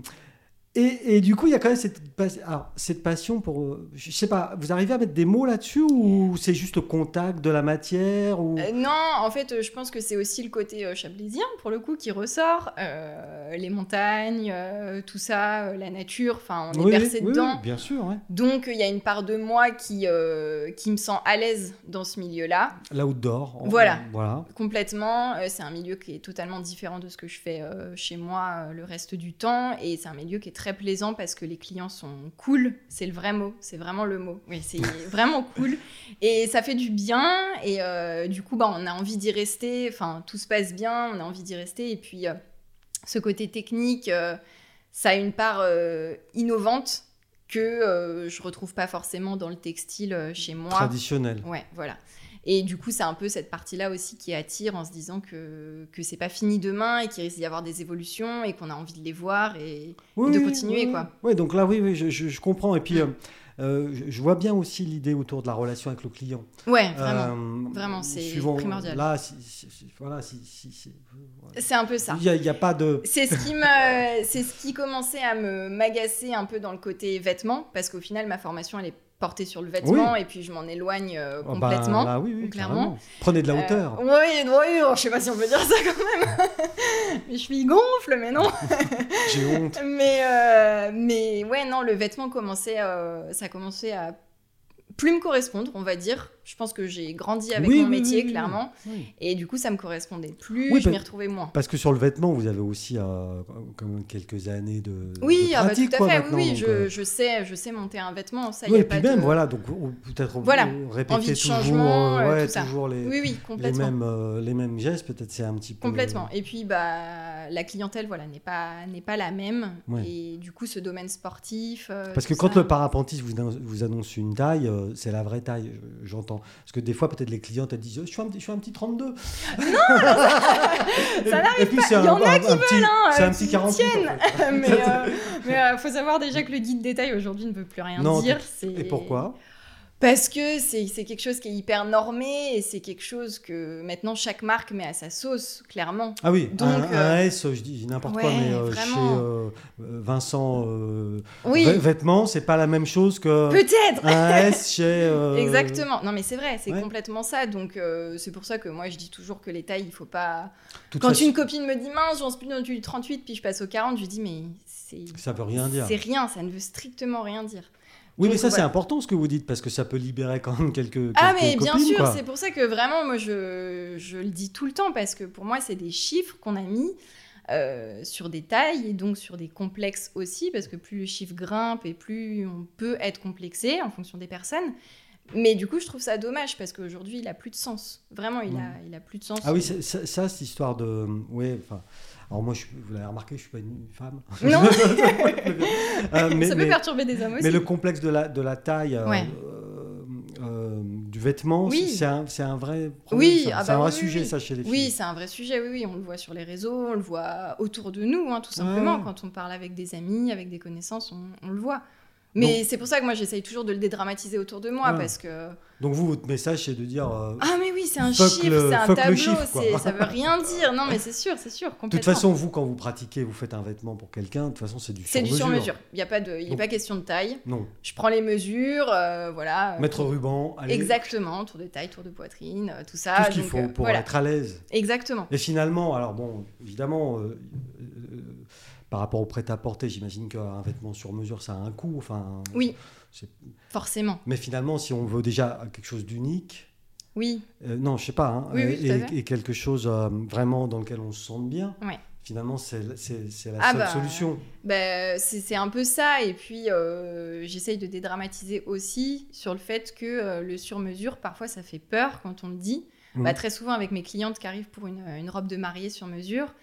[SPEAKER 1] Et, et du coup, il y a quand même cette, pas- alors, cette passion pour. euh, Je sais pas, vous arrivez à mettre des mots là-dessus ou c'est juste au contact de la matière ou...
[SPEAKER 2] Euh, non, en fait, euh, je pense que c'est aussi le côté euh, chablisien, pour le coup, qui ressort. Euh, les montagnes, euh, tout ça, euh, la nature, enfin, on est
[SPEAKER 1] Oui,
[SPEAKER 2] bercé
[SPEAKER 1] oui, oui,
[SPEAKER 2] dedans.
[SPEAKER 1] oui, bien sûr. ouais.
[SPEAKER 2] Donc, il y a une part de moi qui, euh, qui me sent à l'aise dans ce milieu-là.
[SPEAKER 1] L'outdoor. en-
[SPEAKER 2] Voilà.
[SPEAKER 1] Voilà.
[SPEAKER 2] Complètement, euh, c'est un milieu qui est totalement différent de ce que je fais euh, chez moi euh, le reste du temps. Et c'est un milieu qui est très plaisant parce que les clients sont cool. C'est le vrai mot, c'est vraiment le mot. Oui, c'est vraiment cool. Et ça fait du bien. Et euh, du coup, bah, on a envie d'y rester. Enfin, tout se passe bien, on a envie d'y rester. Et puis, euh, ce côté technique, euh, ça a une part euh, innovante que euh, je retrouve pas forcément dans le textile euh, chez moi.
[SPEAKER 1] Traditionnel.
[SPEAKER 2] Ouais, voilà. Et du coup, c'est un peu cette partie-là aussi qui attire en se disant que, que c'est pas fini demain et qu'il risque d'y avoir des évolutions et qu'on a envie de les voir. Et... de continuer,
[SPEAKER 1] oui.
[SPEAKER 2] quoi.
[SPEAKER 1] Oui, donc là, oui, oui je, je- je comprends. Et puis, euh, euh, je- je vois bien aussi l'idée autour de la relation avec le client.
[SPEAKER 2] Ouais, vraiment.
[SPEAKER 1] Euh,
[SPEAKER 2] Vraiment, c'est
[SPEAKER 1] suivant-
[SPEAKER 2] primordial.
[SPEAKER 1] Là, si- si- si- voilà, si- si- si- voilà.
[SPEAKER 2] C'est un peu ça.
[SPEAKER 1] Il n'y a, il y a pas de.
[SPEAKER 2] C'est ce qui me, c'est ce qui commençait à me m'agacer un peu dans le côté vêtements parce qu'au final, ma formation elle est portée sur le vêtement et puis je m'en éloigne euh,
[SPEAKER 1] Oh, bah,
[SPEAKER 2] complètement.
[SPEAKER 1] là, oui, oui,
[SPEAKER 2] clairement.
[SPEAKER 1] carrément. Prenez de la
[SPEAKER 2] Euh,
[SPEAKER 1] hauteur.
[SPEAKER 2] oui, oui, oh, je sais pas si on peut dire ça quand même. Mes chevilles gonflent, mais non.
[SPEAKER 1] J'ai honte.
[SPEAKER 2] Mais, euh, mais ouais, non, le vêtement commençait, euh, ça commençait à plus me correspondre, on va dire. Je pense que j'ai grandi avec
[SPEAKER 1] Oui,
[SPEAKER 2] mon
[SPEAKER 1] oui,
[SPEAKER 2] métier,
[SPEAKER 1] oui, oui.
[SPEAKER 2] clairement.
[SPEAKER 1] Oui.
[SPEAKER 2] Et du coup, ça me correspondait plus,
[SPEAKER 1] Oui,
[SPEAKER 2] je
[SPEAKER 1] bah-
[SPEAKER 2] m'y retrouvais moins.
[SPEAKER 1] Parce que sur le vêtement, vous avez aussi euh, quand même quelques années de.
[SPEAKER 2] Oui,
[SPEAKER 1] de
[SPEAKER 2] ah bah,
[SPEAKER 1] pratique,
[SPEAKER 2] tout
[SPEAKER 1] quoi,
[SPEAKER 2] à fait, oui,
[SPEAKER 1] maintenant,
[SPEAKER 2] oui,
[SPEAKER 1] donc,
[SPEAKER 2] je,
[SPEAKER 1] euh,
[SPEAKER 2] je sais, je sais monter un vêtement, ça, y
[SPEAKER 1] oui,
[SPEAKER 2] a
[SPEAKER 1] et puis
[SPEAKER 2] pas
[SPEAKER 1] même,
[SPEAKER 2] de...
[SPEAKER 1] voilà, donc ou- peut-être
[SPEAKER 2] Voilà,
[SPEAKER 1] euh, répéter
[SPEAKER 2] de
[SPEAKER 1] toujours,
[SPEAKER 2] changement,
[SPEAKER 1] euh,
[SPEAKER 2] euh,
[SPEAKER 1] ouais,
[SPEAKER 2] tout ça.
[SPEAKER 1] toujours les,
[SPEAKER 2] Oui, oui,
[SPEAKER 1] les,
[SPEAKER 2] complètement.
[SPEAKER 1] mêmes, euh, les mêmes gestes, peut-être c'est un petit peu.
[SPEAKER 2] Complètement. Et puis, bah, la clientèle, voilà, n'est pas, n'est pas la même.
[SPEAKER 1] Ouais.
[SPEAKER 2] Et du coup, ce domaine sportif... euh,
[SPEAKER 1] Parce que
[SPEAKER 2] tout
[SPEAKER 1] quand
[SPEAKER 2] ça.
[SPEAKER 1] le parapentiste vous, annon- vous annonce une taille, euh, c'est la vraie taille, je- j'entends. Parce que des fois, peut-être les clientes, elles disent euh, Je suis un, petit- je suis un petit 32. Non Ça n'arrive pas.
[SPEAKER 2] Il y en a qui
[SPEAKER 1] petit,
[SPEAKER 2] hein,
[SPEAKER 1] C'est
[SPEAKER 2] euh,
[SPEAKER 1] un petit
[SPEAKER 2] qui
[SPEAKER 1] 48. en fait.
[SPEAKER 2] mais euh, mais, euh, faut savoir déjà que le guide détail aujourd'hui ne veut plus rien
[SPEAKER 1] Non,
[SPEAKER 2] dire.
[SPEAKER 1] Et
[SPEAKER 2] c'est-
[SPEAKER 1] pourquoi
[SPEAKER 2] Parce que c'est c'est quelque chose qui est hyper normé et c'est quelque chose que maintenant chaque marque met à sa sauce, clairement.
[SPEAKER 1] Ah oui,
[SPEAKER 2] Donc,
[SPEAKER 1] un, un
[SPEAKER 2] euh,
[SPEAKER 1] S, je dis n'importe quoi,
[SPEAKER 2] ouais,
[SPEAKER 1] mais euh,
[SPEAKER 2] vraiment.
[SPEAKER 1] chez euh, Vincent euh,
[SPEAKER 2] Oui,
[SPEAKER 1] Vê- Vêtements, c'est pas la même chose que
[SPEAKER 2] peut-être
[SPEAKER 1] un S chez. euh,
[SPEAKER 2] Exactement. Non, mais c'est vrai, c'est
[SPEAKER 1] ouais.
[SPEAKER 2] complètement ça. Donc, euh, c'est pour ça que moi, je dis toujours que les tailles, il faut pas.
[SPEAKER 1] toute
[SPEAKER 2] Quand
[SPEAKER 1] façon,
[SPEAKER 2] une copine me dit mince, j'en suis dans du 38, puis je passe au 40, je lui dis mais c'est.
[SPEAKER 1] Ça veut rien dire.
[SPEAKER 2] C'est rien, ça ne veut strictement rien dire.
[SPEAKER 1] Oui, mais
[SPEAKER 2] Donc,
[SPEAKER 1] ça, c'est
[SPEAKER 2] voilà.
[SPEAKER 1] important ce que vous dites, parce que ça peut libérer quand même quelques.
[SPEAKER 2] Ah
[SPEAKER 1] quelques
[SPEAKER 2] mais bien
[SPEAKER 1] copines,
[SPEAKER 2] sûr,
[SPEAKER 1] quoi.
[SPEAKER 2] c'est pour ça que vraiment moi je, je le dis tout le temps parce que pour moi c'est des chiffres qu'on a mis euh, sur des tailles et donc sur des complexes aussi parce que plus le chiffre grimpe et plus on peut être complexé en fonction des personnes. Mais du coup je trouve ça dommage parce qu'aujourd'hui il a plus de sens. Vraiment il a, il a plus de sens.
[SPEAKER 1] Ah oui, ça, ça, ça, cette histoire de. euh, Ouais, enfin. Alors moi, je, suis- vous l'avez remarqué, je suis pas une femme.
[SPEAKER 2] Non.
[SPEAKER 1] Euh, mais,
[SPEAKER 2] ça peut
[SPEAKER 1] mais-
[SPEAKER 2] perturber des hommes aussi.
[SPEAKER 1] mais le complexe de la, de la taille euh,
[SPEAKER 2] Ouais.
[SPEAKER 1] euh, euh, du vêtement,
[SPEAKER 2] Oui.
[SPEAKER 1] c'est un, c'est un vrai problème.
[SPEAKER 2] Oui,
[SPEAKER 1] ça.
[SPEAKER 2] ah
[SPEAKER 1] c'est un
[SPEAKER 2] bah
[SPEAKER 1] vrai
[SPEAKER 2] oui, oui,
[SPEAKER 1] sujet,
[SPEAKER 2] oui.
[SPEAKER 1] ça, chez les filles.
[SPEAKER 2] Oui, c'est un vrai sujet, oui, oui, on le voit sur les réseaux, on le voit autour de nous, hein, tout simplement.
[SPEAKER 1] Ouais.
[SPEAKER 2] Quand on parle avec des amis, avec des connaissances, on, on le voit. Mais c'est pour ça que moi, j'essaye toujours de le dédramatiser autour de moi,
[SPEAKER 1] Ouais.
[SPEAKER 2] parce que...
[SPEAKER 1] Donc vous, votre message, c'est de dire. euh,
[SPEAKER 2] Ah mais oui, c'est un
[SPEAKER 1] Fuck
[SPEAKER 2] chiffre,
[SPEAKER 1] le-
[SPEAKER 2] c'est un
[SPEAKER 1] fuck le
[SPEAKER 2] tableau,
[SPEAKER 1] chiffre, quoi.
[SPEAKER 2] c'est- ça veut rien dire. Non, mais c'est sûr, c'est sûr,
[SPEAKER 1] de toute
[SPEAKER 2] complètement.
[SPEAKER 1] façon, vous, quand vous pratiquez, vous faites un vêtement pour quelqu'un, de toute façon, c'est du
[SPEAKER 2] c'est du
[SPEAKER 1] sur-mesure.
[SPEAKER 2] sur-mesure. Il n'y a pas de, il est
[SPEAKER 1] Donc-
[SPEAKER 2] pas question de taille.
[SPEAKER 1] Non.
[SPEAKER 2] Je prends les mesures, euh, voilà. euh,
[SPEAKER 1] Mettre ruban, aller,
[SPEAKER 2] Exactement, tour de taille, tour de poitrine, euh, tout ça.
[SPEAKER 1] tout ce qu'il
[SPEAKER 2] donc,
[SPEAKER 1] faut
[SPEAKER 2] euh,
[SPEAKER 1] pour
[SPEAKER 2] voilà.
[SPEAKER 1] être à l'aise.
[SPEAKER 2] Exactement.
[SPEAKER 1] Et finalement, alors bon, évidemment, euh, euh, par rapport au prêt-à-porter, j'imagine qu'un vêtement sur mesure, ça a un coût. Enfin,
[SPEAKER 2] Oui.
[SPEAKER 1] c'est-
[SPEAKER 2] Forcément.
[SPEAKER 1] Mais finalement, si on veut déjà quelque chose d'unique,
[SPEAKER 2] Oui.
[SPEAKER 1] euh, non, je sais pas, hein,
[SPEAKER 2] Oui, oui, tout à
[SPEAKER 1] et,
[SPEAKER 2] fait.
[SPEAKER 1] et quelque chose euh, vraiment dans lequel on se sente bien,
[SPEAKER 2] Ouais.
[SPEAKER 1] finalement, c'est la- c'est- c'est la
[SPEAKER 2] Ah
[SPEAKER 1] seule
[SPEAKER 2] bah,
[SPEAKER 1] solution.
[SPEAKER 2] Ben, c'est c'est un peu ça, et puis euh, j'essaye de dédramatiser aussi sur le fait que euh, le sur-mesure, parfois ça fait peur quand on le dit.
[SPEAKER 1] Mhm.
[SPEAKER 2] Bah, très souvent, avec mes clientes qui arrivent pour une, une robe de mariée sur mesure,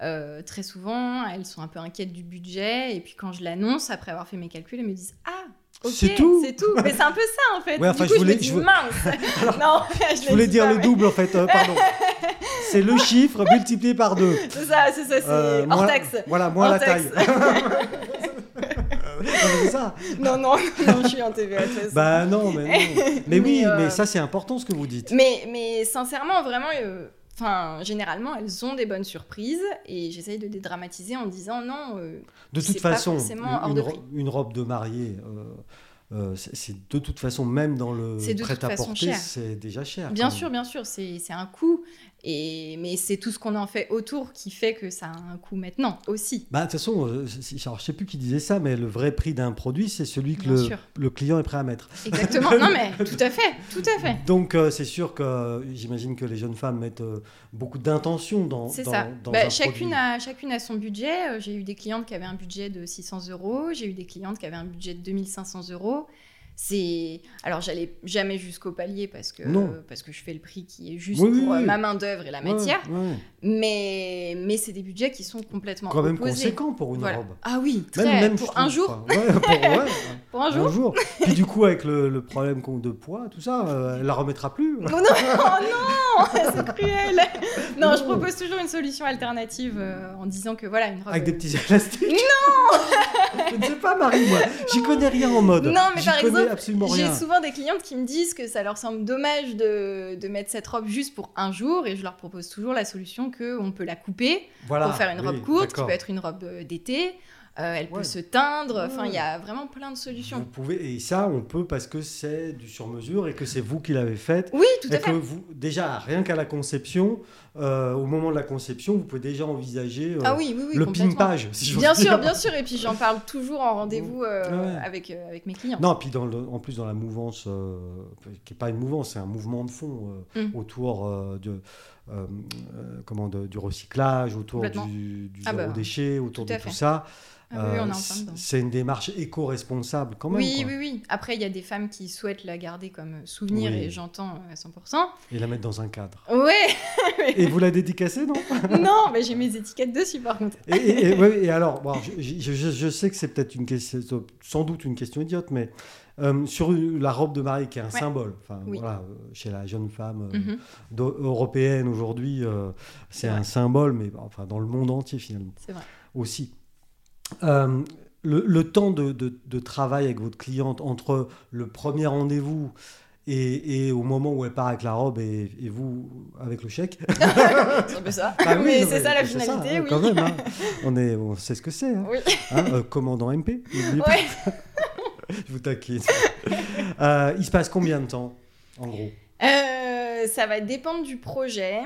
[SPEAKER 2] euh, très souvent elles sont un peu inquiètes du budget, et puis quand je l'annonce, après avoir fait mes calculs, elles me disent Ah, ok,
[SPEAKER 1] C'est tout
[SPEAKER 2] c'est tout Mais c'est un peu ça en fait
[SPEAKER 1] Ouais, enfin,
[SPEAKER 2] Du
[SPEAKER 1] je
[SPEAKER 2] coup, je,
[SPEAKER 1] voulais-
[SPEAKER 2] me dis
[SPEAKER 1] je voulais-
[SPEAKER 2] mince Non,
[SPEAKER 1] Je voulais dire le double, en fait, euh, pardon. c'est le chiffre multiplié par deux.
[SPEAKER 2] C'est ça, c'est ça, c'est
[SPEAKER 1] Euh,
[SPEAKER 2] hors
[SPEAKER 1] moins-
[SPEAKER 2] taxe
[SPEAKER 1] Voilà, moins
[SPEAKER 2] Hors
[SPEAKER 1] la
[SPEAKER 2] taxe.
[SPEAKER 1] taille. Non, mais c'est ça.
[SPEAKER 2] Non, non, non, je suis en TVA, de toute façon.
[SPEAKER 1] Bah non, mais non. Mais,
[SPEAKER 2] Mais,
[SPEAKER 1] oui,
[SPEAKER 2] euh,
[SPEAKER 1] mais ça c'est important ce que vous dites.
[SPEAKER 2] Mais, mais sincèrement, vraiment, euh, Enfin, généralement, elles ont des bonnes surprises et j'essaye de dédramatiser en disant non. euh,
[SPEAKER 1] De
[SPEAKER 2] C'est
[SPEAKER 1] toute
[SPEAKER 2] pas
[SPEAKER 1] façon, une,
[SPEAKER 2] forcément hors
[SPEAKER 1] une
[SPEAKER 2] de
[SPEAKER 1] ro-
[SPEAKER 2] prix.
[SPEAKER 1] une robe de mariée, euh, euh, c'est c'est de toute façon, même dans le
[SPEAKER 2] C'est de toute façon
[SPEAKER 1] prêt-à-porter,
[SPEAKER 2] cher.
[SPEAKER 1] c'est déjà cher.
[SPEAKER 2] bien
[SPEAKER 1] quand
[SPEAKER 2] sûr, bien sûr, c'est c'est un coût, et mais c'est tout ce qu'on en fait autour qui fait que ça a un coût maintenant aussi.
[SPEAKER 1] Bah, de toute façon, euh, c'est- alors, je sais plus qui disait ça, mais le vrai prix d'un produit, c'est celui que
[SPEAKER 2] Bien
[SPEAKER 1] le,
[SPEAKER 2] sûr.
[SPEAKER 1] le client est prêt à mettre.
[SPEAKER 2] Exactement. non mais tout à fait, tout à fait.
[SPEAKER 1] Donc, euh, c'est sûr que euh, j'imagine que les jeunes femmes mettent euh, beaucoup d'intention dans,
[SPEAKER 2] C'est
[SPEAKER 1] dans-
[SPEAKER 2] ça.
[SPEAKER 1] dans
[SPEAKER 2] Bah,
[SPEAKER 1] un
[SPEAKER 2] chacune,
[SPEAKER 1] produit.
[SPEAKER 2] a, chacune a son budget. Euh, J'ai eu des clientes qui avaient un budget de 600 euros. J'ai eu des clientes qui avaient un budget de 2500 euros. C'est alors j'allais jamais jusqu'au palier parce que
[SPEAKER 1] Non.
[SPEAKER 2] parce que je fais le prix qui est juste
[SPEAKER 1] Oui, oui,
[SPEAKER 2] pour euh,
[SPEAKER 1] oui.
[SPEAKER 2] ma main d'œuvre et la
[SPEAKER 1] Ouais,
[SPEAKER 2] matière.
[SPEAKER 1] ouais.
[SPEAKER 2] Mais mais c'est des budgets qui sont complètement
[SPEAKER 1] Quand même
[SPEAKER 2] opposés.
[SPEAKER 1] conséquent pour une
[SPEAKER 2] Voilà.
[SPEAKER 1] robe.
[SPEAKER 2] Ah oui, très,
[SPEAKER 1] je
[SPEAKER 2] pour,
[SPEAKER 1] trouve,
[SPEAKER 2] un jour,
[SPEAKER 1] enfin, ouais, pour- ouais,
[SPEAKER 2] pour un
[SPEAKER 1] un
[SPEAKER 2] jour.
[SPEAKER 1] jour. Puis du coup, avec le, le problème qu'on- de poids, tout ça, euh, elle la remettra plus.
[SPEAKER 2] Oh non, oh non, c'est cruel. Non, je
[SPEAKER 1] Non.
[SPEAKER 2] propose toujours une solution alternative euh, en disant que voilà une robe.
[SPEAKER 1] Avec des petits élastiques Non Je ne sais pas, Marie, moi. J'y connais rien en mode.
[SPEAKER 2] Non, mais
[SPEAKER 1] J'y
[SPEAKER 2] par
[SPEAKER 1] connais
[SPEAKER 2] exemple,
[SPEAKER 1] absolument
[SPEAKER 2] J'ai
[SPEAKER 1] rien.
[SPEAKER 2] souvent des clientes qui me disent que ça leur semble dommage de, de mettre cette robe juste pour un jour et je leur propose toujours la solution que on peut la couper
[SPEAKER 1] Voilà.
[SPEAKER 2] pour faire une
[SPEAKER 1] Ah, oui,
[SPEAKER 2] robe courte, qui
[SPEAKER 1] d'accord.
[SPEAKER 2] peut être une robe euh, d'été, euh, elle peut
[SPEAKER 1] Ouais.
[SPEAKER 2] se teindre, enfin il
[SPEAKER 1] Ouais.
[SPEAKER 2] y a vraiment plein de
[SPEAKER 1] Vous
[SPEAKER 2] solutions.
[SPEAKER 1] pouvez, et ça, on peut parce que c'est du sur-mesure et que c'est vous qui l'avez faite.
[SPEAKER 2] Oui, tout
[SPEAKER 1] et
[SPEAKER 2] à
[SPEAKER 1] que
[SPEAKER 2] fait.
[SPEAKER 1] vous, déjà, rien qu'à la conception, euh, au moment de la conception, vous pouvez déjà envisager euh,
[SPEAKER 2] Ah oui, oui, oui,
[SPEAKER 1] le
[SPEAKER 2] complètement.
[SPEAKER 1] pimpage, si j'ose
[SPEAKER 2] Bien
[SPEAKER 1] dire.
[SPEAKER 2] sûr, bien sûr. Et puis j'en parle toujours en rendez-vous euh,
[SPEAKER 1] Ouais.
[SPEAKER 2] avec, euh, avec mes clients.
[SPEAKER 1] Non, puis dans le- en plus dans la mouvance, euh, qui n'est pas une mouvance, c'est un mouvement de fond euh,
[SPEAKER 2] Mm.
[SPEAKER 1] autour euh, de, euh, euh, comment, de- du recyclage, autour
[SPEAKER 2] Complètement.
[SPEAKER 1] du, du
[SPEAKER 2] Ah
[SPEAKER 1] zéro
[SPEAKER 2] bah,
[SPEAKER 1] déchet, autour
[SPEAKER 2] tout
[SPEAKER 1] de
[SPEAKER 2] à
[SPEAKER 1] tout
[SPEAKER 2] fait.
[SPEAKER 1] ça.
[SPEAKER 2] Ah oui, oui,
[SPEAKER 1] Euh,
[SPEAKER 2] on est en plein
[SPEAKER 1] c-
[SPEAKER 2] dedans.
[SPEAKER 1] c'est une démarche éco-responsable quand même.
[SPEAKER 2] Oui,
[SPEAKER 1] quoi.
[SPEAKER 2] oui, oui. Après, il y a des femmes qui souhaitent la garder comme euh, souvenir
[SPEAKER 1] Oui.
[SPEAKER 2] et j'entends euh, à 100%.
[SPEAKER 1] Et la mettre dans un cadre.
[SPEAKER 2] Ouais,
[SPEAKER 1] Et vous la dédicacez, non
[SPEAKER 2] non, mais j'ai mes étiquettes dessus par contre.
[SPEAKER 1] et, et- et- ouais, et alors, bon, je, je- je- je sais que c'est peut-être une question, sans doute une question idiote, mais euh, sur une- la robe de mariée qui est un
[SPEAKER 2] Ouais.
[SPEAKER 1] symbole, enfin
[SPEAKER 2] Oui.
[SPEAKER 1] voilà, euh, chez la jeune femme euh,
[SPEAKER 2] Mhm,
[SPEAKER 1] d'O- européenne aujourd'hui, euh, c'est
[SPEAKER 2] C'est vrai.
[SPEAKER 1] un symbole, mais bah, enfin dans le monde entier finalement
[SPEAKER 2] c'est vrai.
[SPEAKER 1] aussi. Euh, le, le temps de, de- de travail avec votre cliente entre le premier rendez-vous et, et au moment où elle part avec la robe et, et vous avec le chèque.
[SPEAKER 2] C'est un peu ça.
[SPEAKER 1] Bah oui,
[SPEAKER 2] Ah mais
[SPEAKER 1] non,
[SPEAKER 2] c'est ça la
[SPEAKER 1] c'est
[SPEAKER 2] finalité,
[SPEAKER 1] hein,
[SPEAKER 2] oui.
[SPEAKER 1] Quand même, hein. on, est, on sait ce que c'est. hein.
[SPEAKER 2] Oui.
[SPEAKER 1] Hein, euh, commandant MP, n'oubliez pas.
[SPEAKER 2] Ouais.
[SPEAKER 1] je vous taquine. Euh, il se passe combien de temps, en gros
[SPEAKER 2] Euh, ça va dépendre du projet,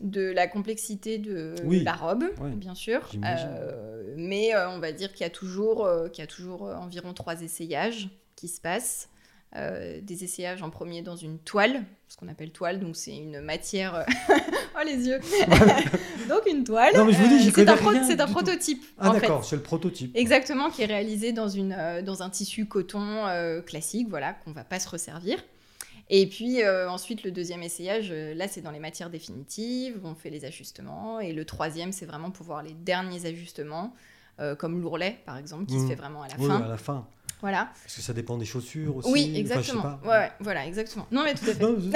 [SPEAKER 2] de la complexité de
[SPEAKER 1] Oui.
[SPEAKER 2] la robe,
[SPEAKER 1] Ouais.
[SPEAKER 2] bien sûr.
[SPEAKER 1] J'imagine.
[SPEAKER 2] Euh, mais euh, on va dire qu'il y a toujours, euh, qu'il y a toujours euh, environ trois essayages qui se passent. Euh, des essayages en premier dans une toile, ce qu'on appelle toile, donc c'est une matière. oh les yeux Donc une toile.
[SPEAKER 1] Non, mais je vous dis, j'y
[SPEAKER 2] euh, c'est un,
[SPEAKER 1] connais rien
[SPEAKER 2] c'est un
[SPEAKER 1] du tout.
[SPEAKER 2] prototype.
[SPEAKER 1] Ah
[SPEAKER 2] en fait.
[SPEAKER 1] d'accord, c'est le prototype.
[SPEAKER 2] Exactement, qui est réalisé dans, une, euh, dans un tissu coton euh, classique, voilà, qu'on va pas se resservir. Et puis euh, ensuite, le deuxième essayage, euh, là, c'est dans les matières définitives, on fait les ajustements. Et le troisième, c'est vraiment pour voir les derniers ajustements, euh, comme l'ourlet, par exemple, qui
[SPEAKER 1] Mhm.
[SPEAKER 2] se fait vraiment à la
[SPEAKER 1] Oui,
[SPEAKER 2] fin.
[SPEAKER 1] à la fin.
[SPEAKER 2] Voilà.
[SPEAKER 1] Parce que ça dépend des chaussures aussi.
[SPEAKER 2] oui,
[SPEAKER 1] enfin, je sais
[SPEAKER 2] exactement.
[SPEAKER 1] pas.
[SPEAKER 2] Ouais, ouais, voilà, exactement. Non, mais tout à fait.
[SPEAKER 1] Non, je-
[SPEAKER 2] bon,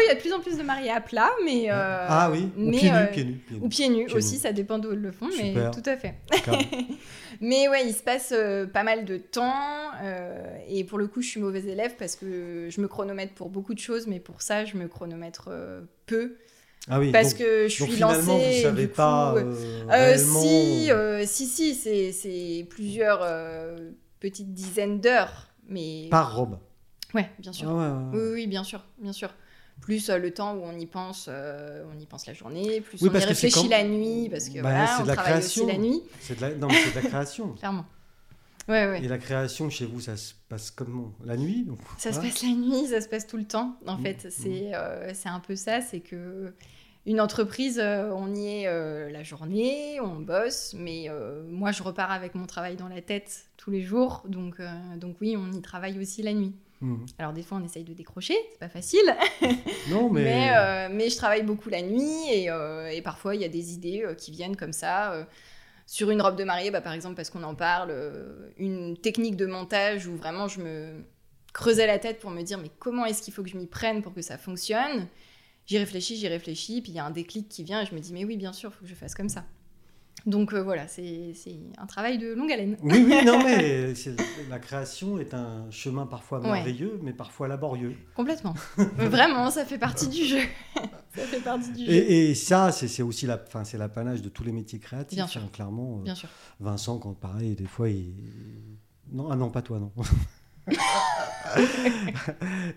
[SPEAKER 2] il y a de plus en plus de mariés à plat, mais. euh,
[SPEAKER 1] ah oui, ou
[SPEAKER 2] mais,
[SPEAKER 1] pieds nus,
[SPEAKER 2] euh,
[SPEAKER 1] pieds nus, pieds nus.
[SPEAKER 2] Ou pieds nus
[SPEAKER 1] Pieds
[SPEAKER 2] aussi,
[SPEAKER 1] nus.
[SPEAKER 2] ça dépend d'où ils le font,
[SPEAKER 1] Super.
[SPEAKER 2] mais tout à fait.
[SPEAKER 1] D'accord.
[SPEAKER 2] Mais ouais, il se passe euh, pas mal de temps. euh, et pour le coup, je suis mauvaise élève parce que je me chronomètre pour beaucoup de choses, mais pour ça, je me chronomètre euh, peu.
[SPEAKER 1] Ah oui,
[SPEAKER 2] Parce
[SPEAKER 1] donc,
[SPEAKER 2] que je suis
[SPEAKER 1] donc finalement,
[SPEAKER 2] lancée.
[SPEAKER 1] vous
[SPEAKER 2] et
[SPEAKER 1] savez
[SPEAKER 2] du coup,
[SPEAKER 1] pas
[SPEAKER 2] euh,
[SPEAKER 1] euh,
[SPEAKER 2] euh,
[SPEAKER 1] réellement-
[SPEAKER 2] si, euh, si, si, c'est- c'est plusieurs euh, petites dizaines d'heures. Mais.
[SPEAKER 1] par robe.
[SPEAKER 2] Ouais, bien sûr.
[SPEAKER 1] Ah ouais, ouais,
[SPEAKER 2] Oui,
[SPEAKER 1] ouais.
[SPEAKER 2] oui, oui, bien sûr, bien sûr. Plus euh, le temps où on y pense, euh, on y pense la journée, plus
[SPEAKER 1] Oui,
[SPEAKER 2] on y
[SPEAKER 1] parce que c'est
[SPEAKER 2] réfléchit
[SPEAKER 1] quand-
[SPEAKER 2] la nuit, parce que
[SPEAKER 1] Bah,
[SPEAKER 2] voilà,
[SPEAKER 1] c'est
[SPEAKER 2] on
[SPEAKER 1] de la
[SPEAKER 2] travaille
[SPEAKER 1] création.
[SPEAKER 2] aussi la nuit,
[SPEAKER 1] C'est de la non, mais c'est de la création.
[SPEAKER 2] clairement. Ouais, ouais.
[SPEAKER 1] Et la création chez vous, ça se passe comment La nuit donc,
[SPEAKER 2] Ça se
[SPEAKER 1] voilà.
[SPEAKER 2] passe la nuit, ça se passe tout le temps. En
[SPEAKER 1] Mm,
[SPEAKER 2] fait, c'est euh, c'est un peu ça, c'est que une entreprise, euh, on y est euh, la journée, on bosse, mais euh, moi je repars avec mon travail dans la tête tous les jours, donc euh, donc oui, on y travaille aussi la nuit.
[SPEAKER 1] Mhm.
[SPEAKER 2] Alors des fois on essaye de décrocher, c'est pas facile,
[SPEAKER 1] Non, mais,
[SPEAKER 2] mais euh, mais je travaille beaucoup la nuit et, euh, et parfois il y a des idées euh, qui viennent comme ça. euh, sur une robe de mariée, bah, par exemple, parce qu'on en parle, euh, une technique de montage où vraiment je me creusais la tête pour me dire mais comment est-ce qu'il faut que je m'y prenne pour que ça fonctionne J'y réfléchis, j'y réfléchis, puis il y a un déclic qui vient et je me dis mais oui, bien sûr, il faut que je fasse comme ça. Donc euh, voilà, c'est c'est un travail de longue haleine.
[SPEAKER 1] Oui, oui, non, mais c'est- la création est un chemin parfois merveilleux, mais parfois laborieux.
[SPEAKER 2] Complètement. Mais Vraiment, ça fait partie du jeu. ça fait partie du jeu.
[SPEAKER 1] Et, et ça, c'est c'est aussi la- enfin, c'est l'apanage de tous les métiers créatifs.
[SPEAKER 2] Bien sûr.
[SPEAKER 1] hein, clairement, euh,
[SPEAKER 2] Bien sûr.
[SPEAKER 1] Vincent, quand pareil, des fois, il. Non, ah non, pas toi, non.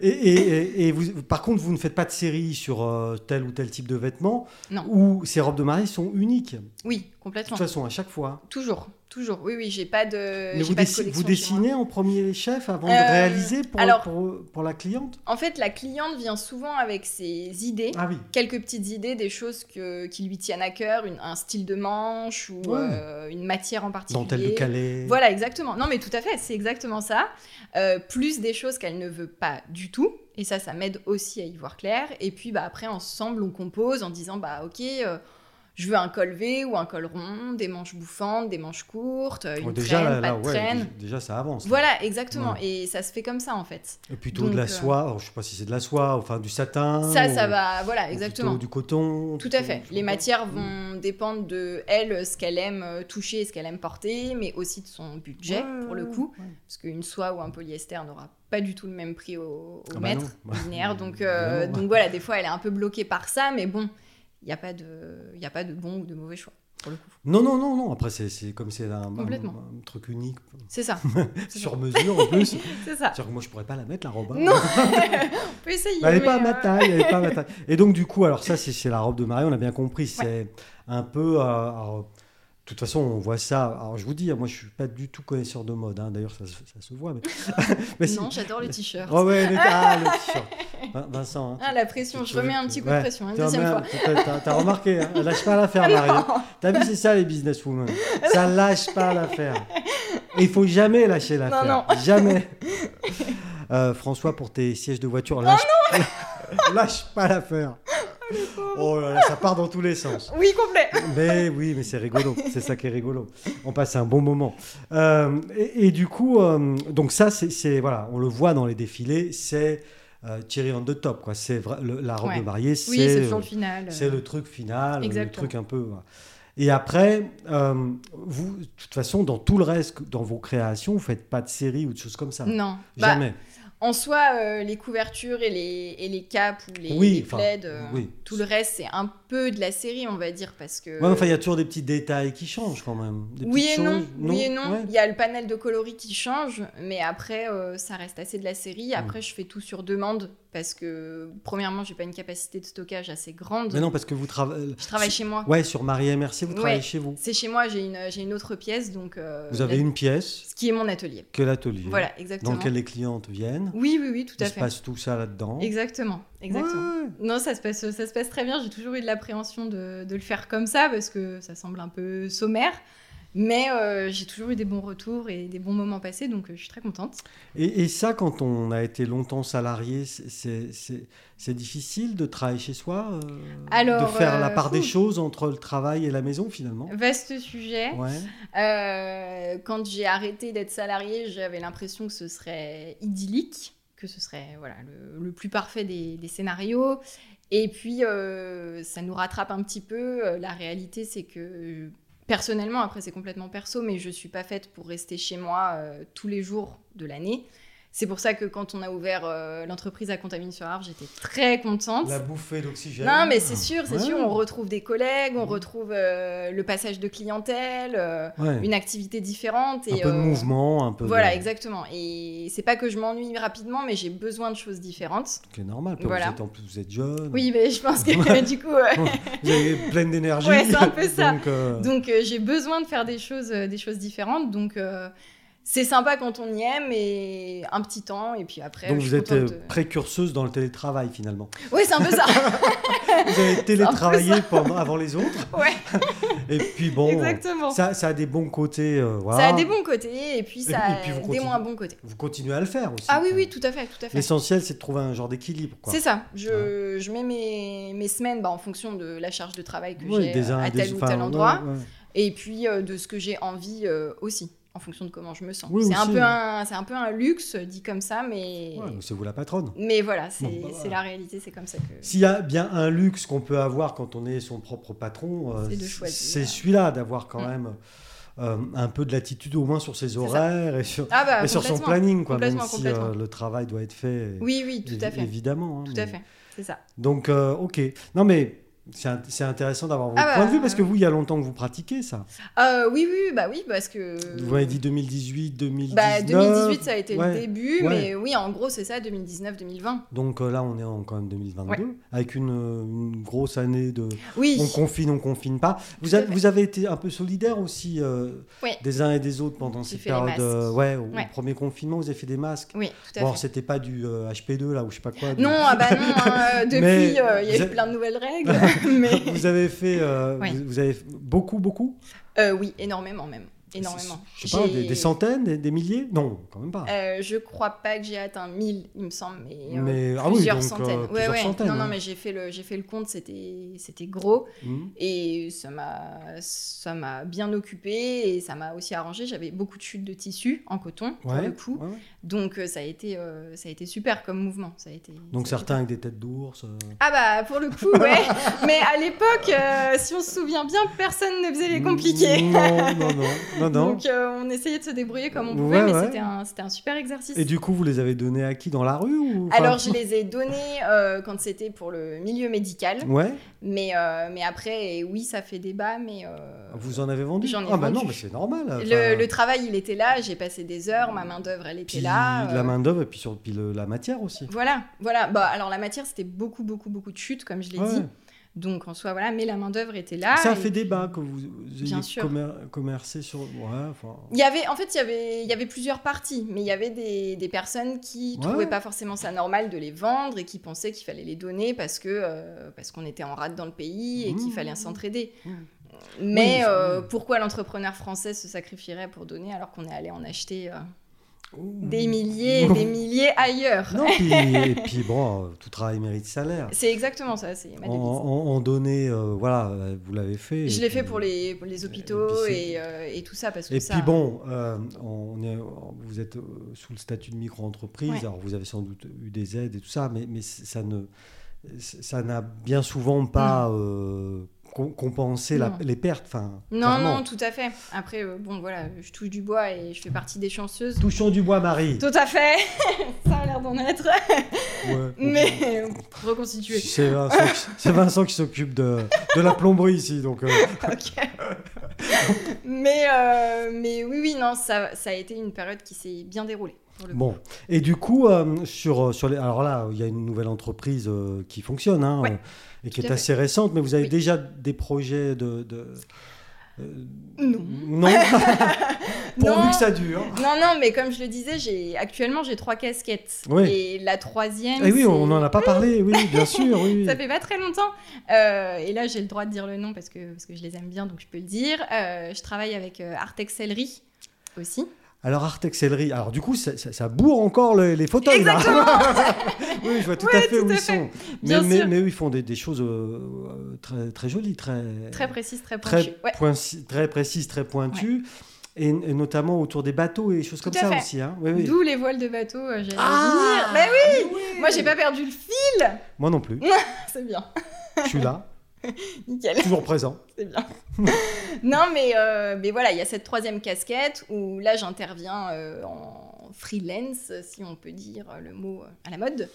[SPEAKER 1] et, et- et- et vous, par contre, vous ne faites pas de série sur euh, tel ou tel type de vêtements
[SPEAKER 2] Non.
[SPEAKER 1] où ces robes de mariée sont uniques. De
[SPEAKER 2] Oui,
[SPEAKER 1] toute
[SPEAKER 2] complètement.
[SPEAKER 1] façon, à chaque fois.
[SPEAKER 2] Toujours, toujours. Oui, oui, j'ai pas de.
[SPEAKER 1] Mais
[SPEAKER 2] Euh, j'ai
[SPEAKER 1] vous,
[SPEAKER 2] pas de
[SPEAKER 1] dessi- vous
[SPEAKER 2] collection chez moi.
[SPEAKER 1] dessinez en premier chef avant de
[SPEAKER 2] Euh,
[SPEAKER 1] réaliser pour,
[SPEAKER 2] alors-
[SPEAKER 1] pour, pour la cliente
[SPEAKER 2] En fait, la cliente vient souvent avec ses idées.
[SPEAKER 1] Ah oui.
[SPEAKER 2] Quelques petites idées, des choses que, qui lui tiennent à cœur, une- un style de manche ou
[SPEAKER 1] Ouais.
[SPEAKER 2] euh, une matière en particulier.
[SPEAKER 1] Dentelle de Calais.
[SPEAKER 2] Voilà, exactement. Non, mais tout à fait, c'est exactement ça. Euh, plus des choses qu'elle ne veut pas du tout. Et ça, ça m'aide aussi à y voir clair. Et puis, bah, après, ensemble, on compose en disant, bah, ok, euh, je veux un col V ou un col rond, des manches bouffantes, des manches courtes, euh, une
[SPEAKER 1] Oh, déjà,
[SPEAKER 2] traîne,
[SPEAKER 1] là,
[SPEAKER 2] pas
[SPEAKER 1] là,
[SPEAKER 2] de
[SPEAKER 1] ouais,
[SPEAKER 2] traîne.
[SPEAKER 1] déjà- déjà, ça avance.
[SPEAKER 2] Voilà, exactement.
[SPEAKER 1] Ouais.
[SPEAKER 2] Et ça se fait comme ça, en fait.
[SPEAKER 1] Et Plutôt
[SPEAKER 2] Donc,
[SPEAKER 1] de la
[SPEAKER 2] euh,
[SPEAKER 1] soie, alors, je ne sais pas si c'est de la soie, enfin du satin.
[SPEAKER 2] ça,
[SPEAKER 1] ou-
[SPEAKER 2] ça va,
[SPEAKER 1] ou
[SPEAKER 2] voilà,
[SPEAKER 1] Ah, plutôt
[SPEAKER 2] exactement.
[SPEAKER 1] du coton.
[SPEAKER 2] Tout
[SPEAKER 1] plutôt- Mm.
[SPEAKER 2] à fait.
[SPEAKER 1] je sais
[SPEAKER 2] Les
[SPEAKER 1] pas.
[SPEAKER 2] matières vont dépendre de elle, ce qu'elle aime euh, toucher, ce qu'elle aime porter, mais aussi de son budget,
[SPEAKER 1] Ouais,
[SPEAKER 2] pour le coup.
[SPEAKER 1] ouais.
[SPEAKER 2] Parce qu'une soie ou un polyester n'aura pas du tout le même prix au, au
[SPEAKER 1] Ah bah
[SPEAKER 2] mètre
[SPEAKER 1] non. Bah,
[SPEAKER 2] linéaire. Donc, euh,
[SPEAKER 1] évidemment.
[SPEAKER 2] donc voilà, des fois, elle est un peu bloquée par ça, mais bon, il n'y a, pas de- il y a pas de bon ou de mauvais choix, pour le coup.
[SPEAKER 1] Non, non, non, non. Après, c'est- c'est comme c'est un, un-
[SPEAKER 2] Complètement.
[SPEAKER 1] un truc unique,
[SPEAKER 2] C'est ça. C'est
[SPEAKER 1] sur
[SPEAKER 2] ça.
[SPEAKER 1] mesure en plus.
[SPEAKER 2] C'est ça.
[SPEAKER 1] C'est-à-dire que moi, je pourrais pas la mettre, la robe. hein.
[SPEAKER 2] Non On peut essayer.
[SPEAKER 1] Bah, elle n'est
[SPEAKER 2] mais,
[SPEAKER 1] pas à
[SPEAKER 2] euh,
[SPEAKER 1] ma taille, elle est pas à ma taille. Et donc, du coup, alors ça, c'est c'est la robe de mariée, on a bien compris. C'est un peu. euh, alors, de toute façon, on voit ça. Alors, je vous dis, hein, moi, je suis pas du tout connaisseur de mode. hein. D'ailleurs, ça, se- ça se voit. Mais, mais Bah, si.
[SPEAKER 2] Non, j'adore le t-shirt.
[SPEAKER 1] Oh, ouais, le, ah, le t-shirt. Vin- Vincent, hein.
[SPEAKER 2] Ah, la pression,
[SPEAKER 1] Tu-
[SPEAKER 2] je
[SPEAKER 1] tu-
[SPEAKER 2] remets un
[SPEAKER 1] tu-
[SPEAKER 2] petit coup
[SPEAKER 1] ouais.
[SPEAKER 2] de pression, Ah, une
[SPEAKER 1] T'as
[SPEAKER 2] deuxième fois. Ah
[SPEAKER 1] t'as- t'as- t'as remarqué, hein. lâche pas l'affaire, Marie. T'as vu, c'est ça les businesswomen. Ça lâche pas l'affaire. Et il faut jamais lâcher l'affaire.
[SPEAKER 2] Non,
[SPEAKER 1] Jamais. Euh, François, pour tes sièges de voiture, lâche,
[SPEAKER 2] Oh
[SPEAKER 1] lâche pas l'affaire. Oh là là, ça part dans tous les sens.
[SPEAKER 2] Oui, complet.
[SPEAKER 1] Mais oui, mais c'est rigolo. C'est ça qui est rigolo. On passe un bon moment. Euh, et, et du coup, euh, donc ça, c'est- c'est voilà, on le voit dans les défilés, c'est euh, Thierry on the top, quoi. C'est vra- le- la robe
[SPEAKER 2] Ouais.
[SPEAKER 1] de mariée, c'est
[SPEAKER 2] Oui, c'est
[SPEAKER 1] euh,
[SPEAKER 2] toujours le final.
[SPEAKER 1] c'est le truc final, le
[SPEAKER 2] Exactement.
[SPEAKER 1] truc un peu. voilà. Et après, euh, vous, de toute façon, dans tout le reste, dans vos créations, vous faites pas de série ou de choses comme ça.
[SPEAKER 2] Non. Bah,
[SPEAKER 1] Jamais.
[SPEAKER 2] En soi, euh, les couvertures et les, et les capes ou les,
[SPEAKER 1] Oui,
[SPEAKER 2] les
[SPEAKER 1] enfin,
[SPEAKER 2] plaids, euh,
[SPEAKER 1] oui.
[SPEAKER 2] tout le reste, c'est un peu de la série, on va dire, parce que...
[SPEAKER 1] Ouais, mais enfin, il y a toujours des petits détails qui changent quand même. des
[SPEAKER 2] oui
[SPEAKER 1] petites
[SPEAKER 2] et non,
[SPEAKER 1] choses,
[SPEAKER 2] oui et non.
[SPEAKER 1] Ouais.
[SPEAKER 2] Il y a le panel de coloris qui change, mais après, euh, ça reste assez de la série. Après, je fais tout sur demande, parce que, premièrement, j'ai pas une capacité de stockage assez grande.
[SPEAKER 1] Mais non, parce que vous travaillez.
[SPEAKER 2] Je travaille chez moi.
[SPEAKER 1] Ouais, sur Marie MRC, vous
[SPEAKER 2] Ouais.
[SPEAKER 1] travaillez chez vous.
[SPEAKER 2] C'est chez moi, j'ai une, j'ai une autre pièce, donc... euh,
[SPEAKER 1] Vous avez
[SPEAKER 2] la-
[SPEAKER 1] une pièce
[SPEAKER 2] Ce qui est mon atelier.
[SPEAKER 1] que l'atelier,
[SPEAKER 2] Voilà, exactement.
[SPEAKER 1] dans laquelle les clientes viennent.
[SPEAKER 2] Oui, oui, oui, tout
[SPEAKER 1] il
[SPEAKER 2] à
[SPEAKER 1] se
[SPEAKER 2] fait.
[SPEAKER 1] passe tout ça là-dedans.
[SPEAKER 2] Exactement, exactement.
[SPEAKER 1] Ouais.
[SPEAKER 2] Non, ça se passe, ça se passe très bien. J'ai toujours eu de l'appréhension de, de le faire comme ça parce que ça semble un peu sommaire. Mais euh, j'ai toujours eu des bons retours et des bons moments passés, donc euh, je suis très contente.
[SPEAKER 1] Et, et ça, quand on a été longtemps salarié, c'est- c'est- c'est c'est difficile de travailler chez soi euh,
[SPEAKER 2] Alors,
[SPEAKER 1] De faire la
[SPEAKER 2] euh,
[SPEAKER 1] part des
[SPEAKER 2] ouh.
[SPEAKER 1] choses entre le travail et la maison, finalement
[SPEAKER 2] Vaste sujet.
[SPEAKER 1] Ouais.
[SPEAKER 2] Euh, quand j'ai arrêté d'être salariée, j'avais l'impression que ce serait idyllique, que ce serait voilà, le, le plus parfait des, des scénarios. Et puis, euh, ça nous rattrape un petit peu. Euh, La réalité, c'est que euh, personnellement, après, c'est complètement perso, mais je suis pas faite pour rester chez moi euh, tous les jours de l'année. C'est pour ça que quand on a ouvert euh, l'entreprise à Contamine-sur-Arve, j'étais très contente.
[SPEAKER 1] La bouffée d'oxygène.
[SPEAKER 2] Non, mais c'est sûr, c'est
[SPEAKER 1] Ouais.
[SPEAKER 2] sûr, on retrouve des collègues, on
[SPEAKER 1] Mm.
[SPEAKER 2] retrouve euh, le passage de clientèle, euh,
[SPEAKER 1] Ouais.
[SPEAKER 2] une activité différente. Et,
[SPEAKER 1] Un peu de
[SPEAKER 2] euh,
[SPEAKER 1] mouvement, un peu
[SPEAKER 2] Voilà,
[SPEAKER 1] de...
[SPEAKER 2] exactement. Et c'est pas que je m'ennuie rapidement, mais j'ai besoin de choses différentes.
[SPEAKER 1] Ce qui est normal. puis
[SPEAKER 2] Voilà.
[SPEAKER 1] Vous êtes, en plus, vous êtes jeune.
[SPEAKER 2] Oui, mais je pense que du coup, euh,
[SPEAKER 1] Vous avez pleine d'énergie.
[SPEAKER 2] Ouais, c'est un peu ça.
[SPEAKER 1] Donc, euh,
[SPEAKER 2] donc euh, j'ai besoin de faire des choses, euh, des choses différentes. Donc euh, c'est sympa quand on y aime et un petit temps, et puis après.
[SPEAKER 1] donc
[SPEAKER 2] je
[SPEAKER 1] vous
[SPEAKER 2] suis
[SPEAKER 1] êtes
[SPEAKER 2] contente
[SPEAKER 1] euh, précurseuse dans le télétravail, finalement.
[SPEAKER 2] de- Ouais, c'est un peu ça.
[SPEAKER 1] Vous avez télétravaillé pendant, avant les autres.
[SPEAKER 2] Ouais.
[SPEAKER 1] Et puis, bon,
[SPEAKER 2] exactement. Ça,
[SPEAKER 1] Oh. ça, ça a des bons côtés. euh, voilà.
[SPEAKER 2] a des bons côtés, et puis
[SPEAKER 1] Et-
[SPEAKER 2] ça a
[SPEAKER 1] et puis vous
[SPEAKER 2] des
[SPEAKER 1] continuez.
[SPEAKER 2] moins bons côtés.
[SPEAKER 1] Vous continuez à le faire aussi.
[SPEAKER 2] Ah oui,
[SPEAKER 1] quand
[SPEAKER 2] oui,
[SPEAKER 1] même.
[SPEAKER 2] tout à fait, tout à fait.
[SPEAKER 1] L'essentiel, c'est de trouver un genre d'équilibre. quoi.
[SPEAKER 2] C'est ça. Je, je mets mes, mes semaines bah, en fonction de la charge de travail que
[SPEAKER 1] Ouais,
[SPEAKER 2] j'ai euh,
[SPEAKER 1] uns
[SPEAKER 2] à
[SPEAKER 1] et
[SPEAKER 2] tel ou
[SPEAKER 1] enfin,
[SPEAKER 2] tel endroit.
[SPEAKER 1] ouais, ouais.
[SPEAKER 2] Et puis euh, de ce que j'ai envie euh, aussi. en fonction de comment je me sens.
[SPEAKER 1] Oui,
[SPEAKER 2] c'est un,
[SPEAKER 1] aussi.
[SPEAKER 2] peu un- c'est un peu un luxe dit comme ça, mais,
[SPEAKER 1] Ouais, c'est vous la patronne.
[SPEAKER 2] mais voilà, c'est
[SPEAKER 1] Bon, bah,
[SPEAKER 2] c'est
[SPEAKER 1] voilà.
[SPEAKER 2] la réalité, c'est comme ça que.
[SPEAKER 1] S'il y a bien un luxe qu'on peut avoir quand on est son propre patron, euh,
[SPEAKER 2] C'est de
[SPEAKER 1] c'est
[SPEAKER 2] choisir.
[SPEAKER 1] c'est celui-là, d'avoir quand
[SPEAKER 2] Mm.
[SPEAKER 1] même euh, un peu de latitude au moins sur ses
[SPEAKER 2] ça.
[SPEAKER 1] horaires et sur,
[SPEAKER 2] Ah bah,
[SPEAKER 1] et sur son
[SPEAKER 2] complètement.
[SPEAKER 1] planning, quoi, même
[SPEAKER 2] Complètement,
[SPEAKER 1] si
[SPEAKER 2] complètement.
[SPEAKER 1] euh, le travail doit être fait.
[SPEAKER 2] Oui, oui, tout à
[SPEAKER 1] évi-
[SPEAKER 2] fait.
[SPEAKER 1] Évidemment. hein,
[SPEAKER 2] Tout
[SPEAKER 1] mais-
[SPEAKER 2] à fait, c'est ça.
[SPEAKER 1] Donc, euh, ok. Non, mais c'est int- c'est intéressant d'avoir votre
[SPEAKER 2] Ah bah,
[SPEAKER 1] point de vue parce
[SPEAKER 2] euh,
[SPEAKER 1] que vous, il y a longtemps que vous pratiquez ça.
[SPEAKER 2] Euh, oui, oui, bah oui, parce que.
[SPEAKER 1] Vous m'avez dit 2018, 2019.
[SPEAKER 2] Bah, 2018, ça a été
[SPEAKER 1] ouais,
[SPEAKER 2] le début,
[SPEAKER 1] ouais.
[SPEAKER 2] mais oui, en gros, c'est ça, 2019-2020.
[SPEAKER 1] Donc euh, là, on est en quand même 2022,
[SPEAKER 2] Ouais.
[SPEAKER 1] avec une, euh, une grosse année de
[SPEAKER 2] Oui.
[SPEAKER 1] on confine, on confine pas. Vous,
[SPEAKER 2] Tout à
[SPEAKER 1] avez-
[SPEAKER 2] fait.
[SPEAKER 1] vous avez été un peu solidaires aussi euh,
[SPEAKER 2] Ouais.
[SPEAKER 1] des uns et des autres pendant
[SPEAKER 2] J'ai
[SPEAKER 1] cette
[SPEAKER 2] fait les
[SPEAKER 1] période.
[SPEAKER 2] masques.
[SPEAKER 1] euh, ouais, au
[SPEAKER 2] Ouais.
[SPEAKER 1] premier confinement, vous avez fait des masques.
[SPEAKER 2] Oui, tout à
[SPEAKER 1] Bon, alors,
[SPEAKER 2] fait.
[SPEAKER 1] c'était pas du euh, HP2 là ou je sais pas quoi. du-
[SPEAKER 2] Non, ah bah non, hein, euh,
[SPEAKER 1] Mais
[SPEAKER 2] depuis, euh, il y
[SPEAKER 1] vous avez-
[SPEAKER 2] a eu plein de nouvelles règles. mais...
[SPEAKER 1] vous avez fait, euh,
[SPEAKER 2] Ouais.
[SPEAKER 1] vous, vous avez f- beaucoup, beaucoup.
[SPEAKER 2] Euh, oui, énormément même. Énormément.
[SPEAKER 1] Je sais pas,
[SPEAKER 2] J'ai-
[SPEAKER 1] des, des centaines, des, des milliers Non, quand même pas.
[SPEAKER 2] Euh, je crois pas que j'ai atteint 1000, il me semble, mais, euh,
[SPEAKER 1] Mais- ah oui,
[SPEAKER 2] plusieurs
[SPEAKER 1] donc, euh,
[SPEAKER 2] centaines. Ouais,
[SPEAKER 1] plusieurs
[SPEAKER 2] ouais.
[SPEAKER 1] centaines,
[SPEAKER 2] non, non,
[SPEAKER 1] hein.
[SPEAKER 2] mais j'ai fait le, j'ai fait le compte, c'était, c'était gros
[SPEAKER 1] Hmm.
[SPEAKER 2] et ça m'a, ça m'a bien occupé et ça m'a aussi arrangé. J'avais beaucoup de chutes de tissu en coton pour
[SPEAKER 1] Ouais,
[SPEAKER 2] le coup,
[SPEAKER 1] ouais, ouais.
[SPEAKER 2] donc euh, ça a été, euh, ça a été super comme mouvement. Ça a été.
[SPEAKER 1] Donc
[SPEAKER 2] ça a été
[SPEAKER 1] certains avec des têtes d'ours. euh.
[SPEAKER 2] Ah bah pour le coup ouais, mais à l'époque, euh, si on se souvient bien, personne ne faisait les compliqués.
[SPEAKER 1] Non, non, non, non, non.
[SPEAKER 2] Donc euh, on essayait de se débrouiller comme on
[SPEAKER 1] Ouais,
[SPEAKER 2] pouvait, mais
[SPEAKER 1] ouais.
[SPEAKER 2] c'était un, c'était un super exercice.
[SPEAKER 1] Et du coup, vous les avez donnés à qui dans la rue ou enfin,
[SPEAKER 2] Alors je les ai donnés euh, quand c'était pour le milieu médical,
[SPEAKER 1] Ouais.
[SPEAKER 2] mais, euh, mais après et oui ça fait débat, mais euh,
[SPEAKER 1] Vous en avez vendu
[SPEAKER 2] J'en ai
[SPEAKER 1] Ah bah
[SPEAKER 2] vendu.
[SPEAKER 1] non, mais c'est normal.
[SPEAKER 2] le,
[SPEAKER 1] enfin.
[SPEAKER 2] le travail il était là, j'ai passé des heures, ma main d'œuvre elle était
[SPEAKER 1] Puis
[SPEAKER 2] là.
[SPEAKER 1] la
[SPEAKER 2] euh,
[SPEAKER 1] main d'œuvre et puis, sur, puis le- la matière aussi.
[SPEAKER 2] Voilà, voilà. Bah, alors la matière c'était beaucoup beaucoup beaucoup de chutes comme je l'ai
[SPEAKER 1] Ah Ouais.
[SPEAKER 2] dit, donc en soi voilà, mais la main d'œuvre était là.
[SPEAKER 1] ça a
[SPEAKER 2] et-
[SPEAKER 1] fait débat que vous, vous ayez
[SPEAKER 2] Bien sûr.
[SPEAKER 1] commer- commercé sur. Ouais, enfin.
[SPEAKER 2] Il y avait, en fait, il y avait, il y avait plusieurs parties, mais il y avait des, des personnes qui
[SPEAKER 1] Ouais.
[SPEAKER 2] trouvaient pas forcément ça normal de les vendre et qui pensaient qu'il fallait les donner parce que euh, parce qu'on était en rade dans le pays et
[SPEAKER 1] Mmh.
[SPEAKER 2] qu'il fallait s'entraider.
[SPEAKER 1] Mmh.
[SPEAKER 2] Mais
[SPEAKER 1] Oui, Mmh.
[SPEAKER 2] euh,
[SPEAKER 1] oui.
[SPEAKER 2] pourquoi l'entrepreneur français se sacrifierait pour donner alors qu'on est allé en acheter euh,
[SPEAKER 1] Mmh.
[SPEAKER 2] des milliers et des milliers ailleurs
[SPEAKER 1] oh. Non, puis, et puis bon, euh, tout travail mérite salaire.
[SPEAKER 2] C'est exactement ça, c'est ma
[SPEAKER 1] En,
[SPEAKER 2] devise.
[SPEAKER 1] en- en données, euh, voilà, euh, vous l'avez fait.
[SPEAKER 2] Je
[SPEAKER 1] et
[SPEAKER 2] l'ai fait
[SPEAKER 1] puis-
[SPEAKER 2] pour les, pour les hôpitaux
[SPEAKER 1] puis
[SPEAKER 2] et,
[SPEAKER 1] c'est-
[SPEAKER 2] euh, et tout ça parce que
[SPEAKER 1] Et
[SPEAKER 2] ça.
[SPEAKER 1] puis bon, euh, on est, vous êtes euh, sous le statut de micro-entreprise,
[SPEAKER 2] Ouais.
[SPEAKER 1] alors vous avez sans doute eu des aides et tout ça, mais, mais c- ça ne, ça n'a bien souvent pas euh, com- compensé la-
[SPEAKER 2] Mm. Non.
[SPEAKER 1] les pertes. Enfin,
[SPEAKER 2] Non,
[SPEAKER 1] clairement.
[SPEAKER 2] non, tout à fait. Après, euh, bon, voilà, je touche du bois et je fais partie des chanceuses.
[SPEAKER 1] Touchons du bois, Marie.
[SPEAKER 2] Tout à fait, ça a l'air d'en être,
[SPEAKER 1] Ouais.
[SPEAKER 2] mais reconstitué.
[SPEAKER 1] C'est Vincent, qui- c'est Vincent qui s'occupe de, de la plomberie ici, donc euh,
[SPEAKER 2] Ok. mais, euh, mais oui, oui, non, ça, ça a été une période qui s'est bien déroulée. pour le coup.
[SPEAKER 1] bon. Et du coup, euh, sur, sur les, alors là, il y a une nouvelle entreprise euh, qui fonctionne hein,
[SPEAKER 2] Ouais,
[SPEAKER 1] euh, et qui
[SPEAKER 2] tout
[SPEAKER 1] est
[SPEAKER 2] à
[SPEAKER 1] assez récente, mais vous avez
[SPEAKER 2] Oui.
[SPEAKER 1] déjà des projets de, de- euh,
[SPEAKER 2] Non.
[SPEAKER 1] non, pourvu
[SPEAKER 2] Non.
[SPEAKER 1] que ça dure.
[SPEAKER 2] Non, non, mais comme je le disais, j'ai actuellement j'ai trois casquettes.
[SPEAKER 1] Oui.
[SPEAKER 2] Et la troisième.
[SPEAKER 1] Eh oui,
[SPEAKER 2] c'est-
[SPEAKER 1] on n'en a pas parlé, oui, bien sûr, oui.
[SPEAKER 2] Ça fait pas très longtemps. Euh, et là, j'ai le droit de dire le nom parce que, parce que je les aime bien, donc je peux le dire. Euh, je travaille avec euh, Artexcellerie aussi.
[SPEAKER 1] Alors Artexcellerie, alors du coup, ça, ça- ça bourre encore les, les fauteuils là. oui, je vois tout à fait
[SPEAKER 2] tout
[SPEAKER 1] où
[SPEAKER 2] à
[SPEAKER 1] ils
[SPEAKER 2] fait.
[SPEAKER 1] sont. Mais,
[SPEAKER 2] Bien
[SPEAKER 1] mais-
[SPEAKER 2] sûr.
[SPEAKER 1] mais oui, ils font des, des choses euh, très, très jolies, très
[SPEAKER 2] Très précise, très
[SPEAKER 1] très,
[SPEAKER 2] pointue. Ouais.
[SPEAKER 1] poinci- très précises, très pointues, et, et notamment autour des bateaux et des choses
[SPEAKER 2] Tout
[SPEAKER 1] comme
[SPEAKER 2] à
[SPEAKER 1] ça
[SPEAKER 2] fait.
[SPEAKER 1] aussi. hein. Oui, oui.
[SPEAKER 2] D'où les voiles de bateau, euh, j'allais
[SPEAKER 1] Ah,
[SPEAKER 2] dire. Mais oui,
[SPEAKER 1] mais oui.
[SPEAKER 2] moi j'ai pas perdu le fil,
[SPEAKER 1] Moi non plus,
[SPEAKER 2] c'est bien,
[SPEAKER 1] je suis là,
[SPEAKER 2] nickel.
[SPEAKER 1] toujours présent.
[SPEAKER 2] C'est bien. non, mais, euh, mais voilà, il y a cette troisième casquette où là, j'interviens euh, en freelance, si on peut dire le mot euh, à la mode.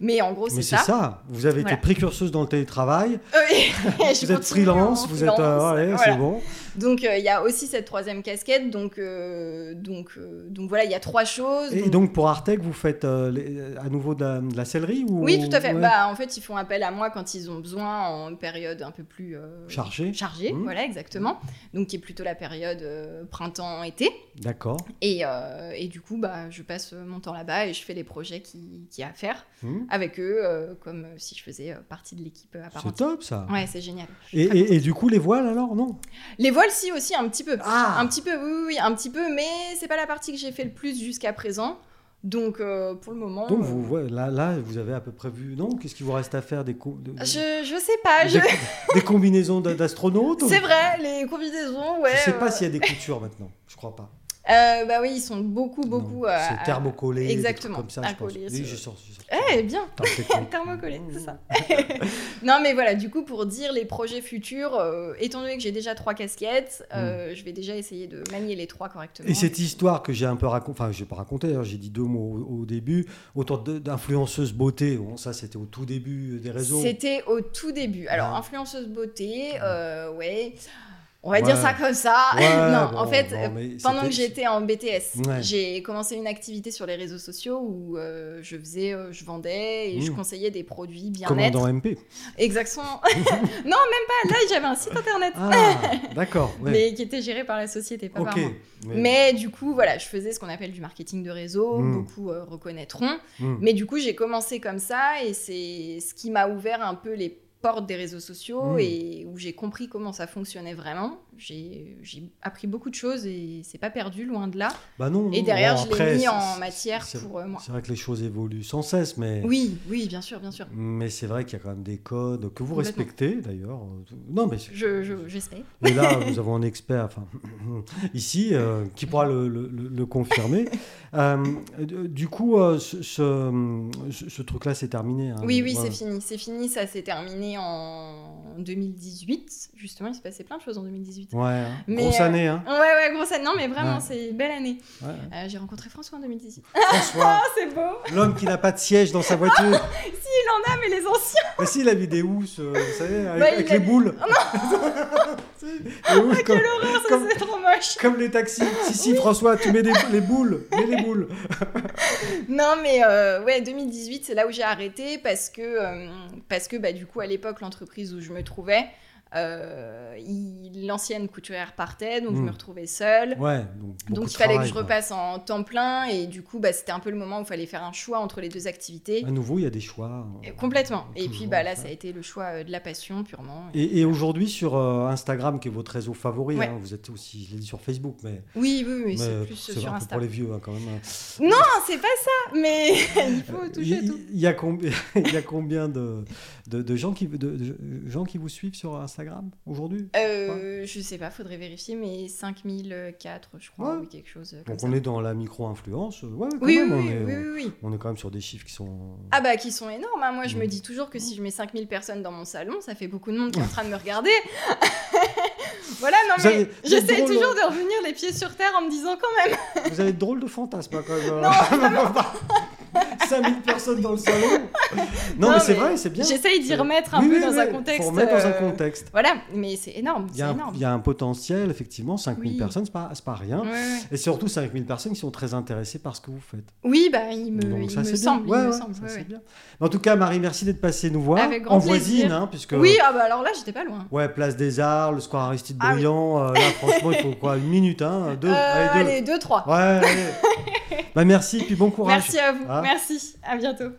[SPEAKER 2] Mais en gros,
[SPEAKER 1] Mais c'est
[SPEAKER 2] c'est ça.
[SPEAKER 1] ça. vous avez
[SPEAKER 2] Voilà.
[SPEAKER 1] été précurseuse dans le télétravail,
[SPEAKER 2] Euh, et- et je
[SPEAKER 1] vous êtes
[SPEAKER 2] continue en
[SPEAKER 1] freelance, vous êtes... euh,
[SPEAKER 2] freelance,
[SPEAKER 1] allez,
[SPEAKER 2] voilà.
[SPEAKER 1] c'est bon.
[SPEAKER 2] Donc, euh, il y a aussi cette troisième casquette. Donc, euh, donc, euh, donc voilà, il y a trois choses.
[SPEAKER 1] Et donc pour Artec, vous faites euh, les- à nouveau de la, de la sellerie ou...
[SPEAKER 2] Oui, tout à fait.
[SPEAKER 1] ouais,
[SPEAKER 2] Bah, en fait, ils font appel à moi quand ils ont besoin en période un peu plus euh,
[SPEAKER 1] Chargée
[SPEAKER 2] chargée,
[SPEAKER 1] Mhm.
[SPEAKER 2] voilà, exactement. Donc, qui est plutôt la période euh, printemps-été.
[SPEAKER 1] D'accord.
[SPEAKER 2] Et, euh, et du coup, bah, je passe mon temps là-bas et je fais les projets qui, qui y a à faire
[SPEAKER 1] Hmm.
[SPEAKER 2] avec eux, euh, comme euh, si je faisais euh, partie de l'équipe euh, à part
[SPEAKER 1] C'est
[SPEAKER 2] entière.
[SPEAKER 1] top ça.
[SPEAKER 2] Ouais, c'est génial. Je suis
[SPEAKER 1] Et,
[SPEAKER 2] très
[SPEAKER 1] et-
[SPEAKER 2] contente.
[SPEAKER 1] et du coup, les voiles alors, non
[SPEAKER 2] Les voiles, si aussi un petit peu,
[SPEAKER 1] Ah
[SPEAKER 2] un petit peu, oui, oui, oui, un petit peu, mais c'est pas la partie que j'ai fait le plus jusqu'à présent. Donc euh, pour le moment,
[SPEAKER 1] Donc
[SPEAKER 2] euh,
[SPEAKER 1] vous, ouais, là, là, vous avez à peu près vu, non Qu'est-ce qu'il vous reste à faire des, co- de- de-
[SPEAKER 2] euh, je, je sais pas, je-
[SPEAKER 1] Des, des combinaisons d'a- d'astronautes
[SPEAKER 2] c'est vrai, les combinaisons, ouais.
[SPEAKER 1] Je sais
[SPEAKER 2] euh,
[SPEAKER 1] pas s'il y a des coutures maintenant, je crois pas.
[SPEAKER 2] Euh, bah oui, ils sont beaucoup, beaucoup.
[SPEAKER 1] Non,
[SPEAKER 2] euh,
[SPEAKER 1] C'est
[SPEAKER 2] à-
[SPEAKER 1] thermocollé, des trucs
[SPEAKER 2] exactement,
[SPEAKER 1] comme ça, je pense.
[SPEAKER 2] accolé,
[SPEAKER 1] Oui,
[SPEAKER 2] ce-
[SPEAKER 1] je sens. je sens.
[SPEAKER 2] Eh bien,
[SPEAKER 1] Attends, je t'écoute.
[SPEAKER 2] thermocollé, c'est ça. non, mais voilà, du coup, pour dire les projets futurs, euh, étant donné que j'ai déjà trois casquettes, euh, je vais déjà essayer de manier les trois correctement.
[SPEAKER 1] Et cette histoire que j'ai un peu racontée, enfin, je n'ai pas raconté, d'ailleurs, j'ai dit deux mots au, au début, autant de- d'influenceuses beauté, bon, ça c'était au tout début des réseaux.
[SPEAKER 2] C'était au tout début. Alors,
[SPEAKER 1] Ouais.
[SPEAKER 2] influenceuse beauté, euh, ouais. On va
[SPEAKER 1] Ouais.
[SPEAKER 2] dire ça comme ça.
[SPEAKER 1] Ouais,
[SPEAKER 2] non,
[SPEAKER 1] bon,
[SPEAKER 2] en fait, euh,
[SPEAKER 1] bon, mais
[SPEAKER 2] pendant
[SPEAKER 1] c'était-
[SPEAKER 2] que j'étais en BTS,
[SPEAKER 1] Ouais.
[SPEAKER 2] j'ai commencé une activité sur les réseaux sociaux où euh, je faisais, euh, je vendais et je
[SPEAKER 1] Mm.
[SPEAKER 2] conseillais des produits bien-être.
[SPEAKER 1] Commandant MP.
[SPEAKER 2] Exactement. non, même pas. Là, j'avais un site internet,
[SPEAKER 1] Ah, d'accord. ouais.
[SPEAKER 2] mais qui était géré par la société, pas
[SPEAKER 1] ok.
[SPEAKER 2] par moi.
[SPEAKER 1] mais-
[SPEAKER 2] Mais du coup, voilà, je faisais ce qu'on appelle du marketing de réseau,
[SPEAKER 1] Mm.
[SPEAKER 2] beaucoup euh, reconnaîtront.
[SPEAKER 1] hmm.
[SPEAKER 2] Mais du coup, j'ai commencé comme ça et c'est ce qui m'a ouvert un peu les portes des réseaux sociaux
[SPEAKER 1] Mm.
[SPEAKER 2] et où j'ai compris comment ça fonctionnait vraiment. J'ai j'ai appris beaucoup de choses et c'est pas perdu, loin de là.
[SPEAKER 1] Bah non,
[SPEAKER 2] Et
[SPEAKER 1] non,
[SPEAKER 2] derrière,
[SPEAKER 1] bon,
[SPEAKER 2] je
[SPEAKER 1] après,
[SPEAKER 2] l'ai mis
[SPEAKER 1] c'est-
[SPEAKER 2] en
[SPEAKER 1] c'est-
[SPEAKER 2] matière
[SPEAKER 1] c'est-
[SPEAKER 2] pour euh, moi.
[SPEAKER 1] C'est vrai que les choses évoluent sans cesse, mais.
[SPEAKER 2] Oui, oui, bien sûr, bien sûr.
[SPEAKER 1] Mais c'est vrai qu'il y a quand même des codes que vous
[SPEAKER 2] Complètement.
[SPEAKER 1] respectez d'ailleurs. Non, mais
[SPEAKER 2] Je- je- J'espère.
[SPEAKER 1] Et là, nous avons un expert enfin, ici euh, qui pourra le, le- le- le confirmer. Euh, du coup, euh, ce, ce- ce- ce truc-là, c'est terminé. hein.
[SPEAKER 2] oui, oui,
[SPEAKER 1] Ouais.
[SPEAKER 2] c'est fini. C'est fini, ça s'est terminé en 2018. Justement, il se passait plein de choses en 2018.
[SPEAKER 1] Ouais, hein.
[SPEAKER 2] Mais,
[SPEAKER 1] grosse
[SPEAKER 2] euh,
[SPEAKER 1] année. Hein.
[SPEAKER 2] Ouais, ouais, grosse année. Non, mais vraiment,
[SPEAKER 1] Ouais.
[SPEAKER 2] c'est une belle année.
[SPEAKER 1] Ouais, ouais.
[SPEAKER 2] Euh, J'ai rencontré François en 2018.
[SPEAKER 1] François,
[SPEAKER 2] Ah, c'est beau
[SPEAKER 1] l'homme qui n'a pas de siège dans sa voiture.
[SPEAKER 2] Il en a, mais les anciens
[SPEAKER 1] Mais si, il a mis des housses, euh, vous savez, avec,
[SPEAKER 2] Bah, il Oh,
[SPEAKER 1] avec
[SPEAKER 2] a
[SPEAKER 1] les
[SPEAKER 2] mis-
[SPEAKER 1] boules. Si, les
[SPEAKER 2] Ah,
[SPEAKER 1] housses comme,
[SPEAKER 2] Ça,
[SPEAKER 1] comme-
[SPEAKER 2] c'est trop moche
[SPEAKER 1] comme les taxis. Si, si, François, tu mets des, les boules. Mets les boules.
[SPEAKER 2] Non, mais euh, ouais, 2018, c'est là où j'ai arrêté parce que, euh, parce que bah, du coup, à l'époque, l'entreprise où je me trouvais, euh, il- l'ancienne couturière partait, donc je
[SPEAKER 1] Mm.
[SPEAKER 2] me retrouvais seule.
[SPEAKER 1] Ouais, donc, beaucoup
[SPEAKER 2] donc
[SPEAKER 1] de
[SPEAKER 2] il fallait
[SPEAKER 1] travail,
[SPEAKER 2] que je
[SPEAKER 1] quoi.
[SPEAKER 2] repasse en temps plein et du coup, bah, c'était un peu le moment où il fallait faire un choix entre les deux activités.
[SPEAKER 1] À nouveau, il y a des choix. hein.
[SPEAKER 2] Et Complètement.
[SPEAKER 1] Ah
[SPEAKER 2] Et
[SPEAKER 1] Toujours,
[SPEAKER 2] puis bah, là,
[SPEAKER 1] ça.
[SPEAKER 2] ça a été le choix euh, de la passion purement.
[SPEAKER 1] Et, et aujourd'hui, sur euh, Instagram, qui est votre réseau favori,
[SPEAKER 2] Ouais.
[SPEAKER 1] hein, vous êtes aussi, je l'ai dit sur Facebook, mais,
[SPEAKER 2] Oui, oui, oui,
[SPEAKER 1] mais
[SPEAKER 2] c'est plus
[SPEAKER 1] un
[SPEAKER 2] sur
[SPEAKER 1] peu
[SPEAKER 2] Insta.
[SPEAKER 1] pour les vieux hein, quand même.
[SPEAKER 2] Non, c'est pas ça, mais il faut
[SPEAKER 1] Il
[SPEAKER 2] toucher à tout.
[SPEAKER 1] il- il y, a combien, il y a combien de, de, de gens qui, de, de gens qui vous suivent sur Instagram aujourd'hui
[SPEAKER 2] Euh, Je sais pas, faudrait vérifier, mais 5004, je crois,
[SPEAKER 1] Ouais.
[SPEAKER 2] ou quelque chose comme
[SPEAKER 1] Donc
[SPEAKER 2] ça.
[SPEAKER 1] on est dans la micro-influence. Ouais, quand
[SPEAKER 2] Oui,
[SPEAKER 1] même, on,
[SPEAKER 2] oui, oui,
[SPEAKER 1] est, euh,
[SPEAKER 2] oui, oui, oui.
[SPEAKER 1] on est quand même sur des chiffres qui sont.
[SPEAKER 2] Ah bah, qui sont énormes. hein. Moi, je me
[SPEAKER 1] Mm.
[SPEAKER 2] dis toujours que si je mets 5000 personnes dans mon salon, ça fait beaucoup de monde qui est en train de me regarder. voilà, non
[SPEAKER 1] Vous
[SPEAKER 2] mais
[SPEAKER 1] avez- vous
[SPEAKER 2] j'essaie
[SPEAKER 1] êtes drôle, hein.
[SPEAKER 2] toujours de revenir les pieds sur terre en me disant quand même.
[SPEAKER 1] Vous avez de drôles de fantasmes hein, quand même. 5000 personnes dans le salon. Non,
[SPEAKER 2] Non,
[SPEAKER 1] mais c'est
[SPEAKER 2] mais
[SPEAKER 1] vrai, c'est bien.
[SPEAKER 2] J'essaye d'y
[SPEAKER 1] Euh,
[SPEAKER 2] remettre un
[SPEAKER 1] Oui,
[SPEAKER 2] peu
[SPEAKER 1] oui,
[SPEAKER 2] dans
[SPEAKER 1] oui,
[SPEAKER 2] un contexte.
[SPEAKER 1] Faut remettre dans un
[SPEAKER 2] euh,
[SPEAKER 1] contexte.
[SPEAKER 2] Voilà, mais c'est énorme,
[SPEAKER 1] Il y,
[SPEAKER 2] c'est
[SPEAKER 1] a un,
[SPEAKER 2] énorme.
[SPEAKER 1] il y a un potentiel, effectivement, 5000
[SPEAKER 2] Oui. Mm.
[SPEAKER 1] personnes, c'est pas, c'est pas rien.
[SPEAKER 2] Ouais, ouais.
[SPEAKER 1] Et surtout 5000 personnes qui sont très intéressées par ce que vous faites.
[SPEAKER 2] Oui, bah, il me,
[SPEAKER 1] Donc
[SPEAKER 2] il
[SPEAKER 1] ça,
[SPEAKER 2] me
[SPEAKER 1] c'est bien.
[SPEAKER 2] semble,
[SPEAKER 1] Ouais,
[SPEAKER 2] il me
[SPEAKER 1] ouais,
[SPEAKER 2] semble.
[SPEAKER 1] ça,
[SPEAKER 2] ouais,
[SPEAKER 1] c'est
[SPEAKER 2] ouais.
[SPEAKER 1] bien. En tout cas, Marie, merci d'être passée nous voir.
[SPEAKER 2] Avec grand
[SPEAKER 1] en
[SPEAKER 2] plaisir.
[SPEAKER 1] voisine, hein, puisque...
[SPEAKER 2] Oui, ah bah alors là, j'étais pas loin.
[SPEAKER 1] Ouais, Place des Arts, le Square Aristide
[SPEAKER 2] Ah oui.
[SPEAKER 1] Briand. euh, là, franchement, il faut quoi Une minute, hein Deux
[SPEAKER 2] Euh,
[SPEAKER 1] Allez, deux.
[SPEAKER 2] allez, deux, trois.
[SPEAKER 1] Ouais, allez. bah, merci, puis bon courage.
[SPEAKER 2] Merci à vous.
[SPEAKER 1] Ah.
[SPEAKER 2] Merci. À bientôt.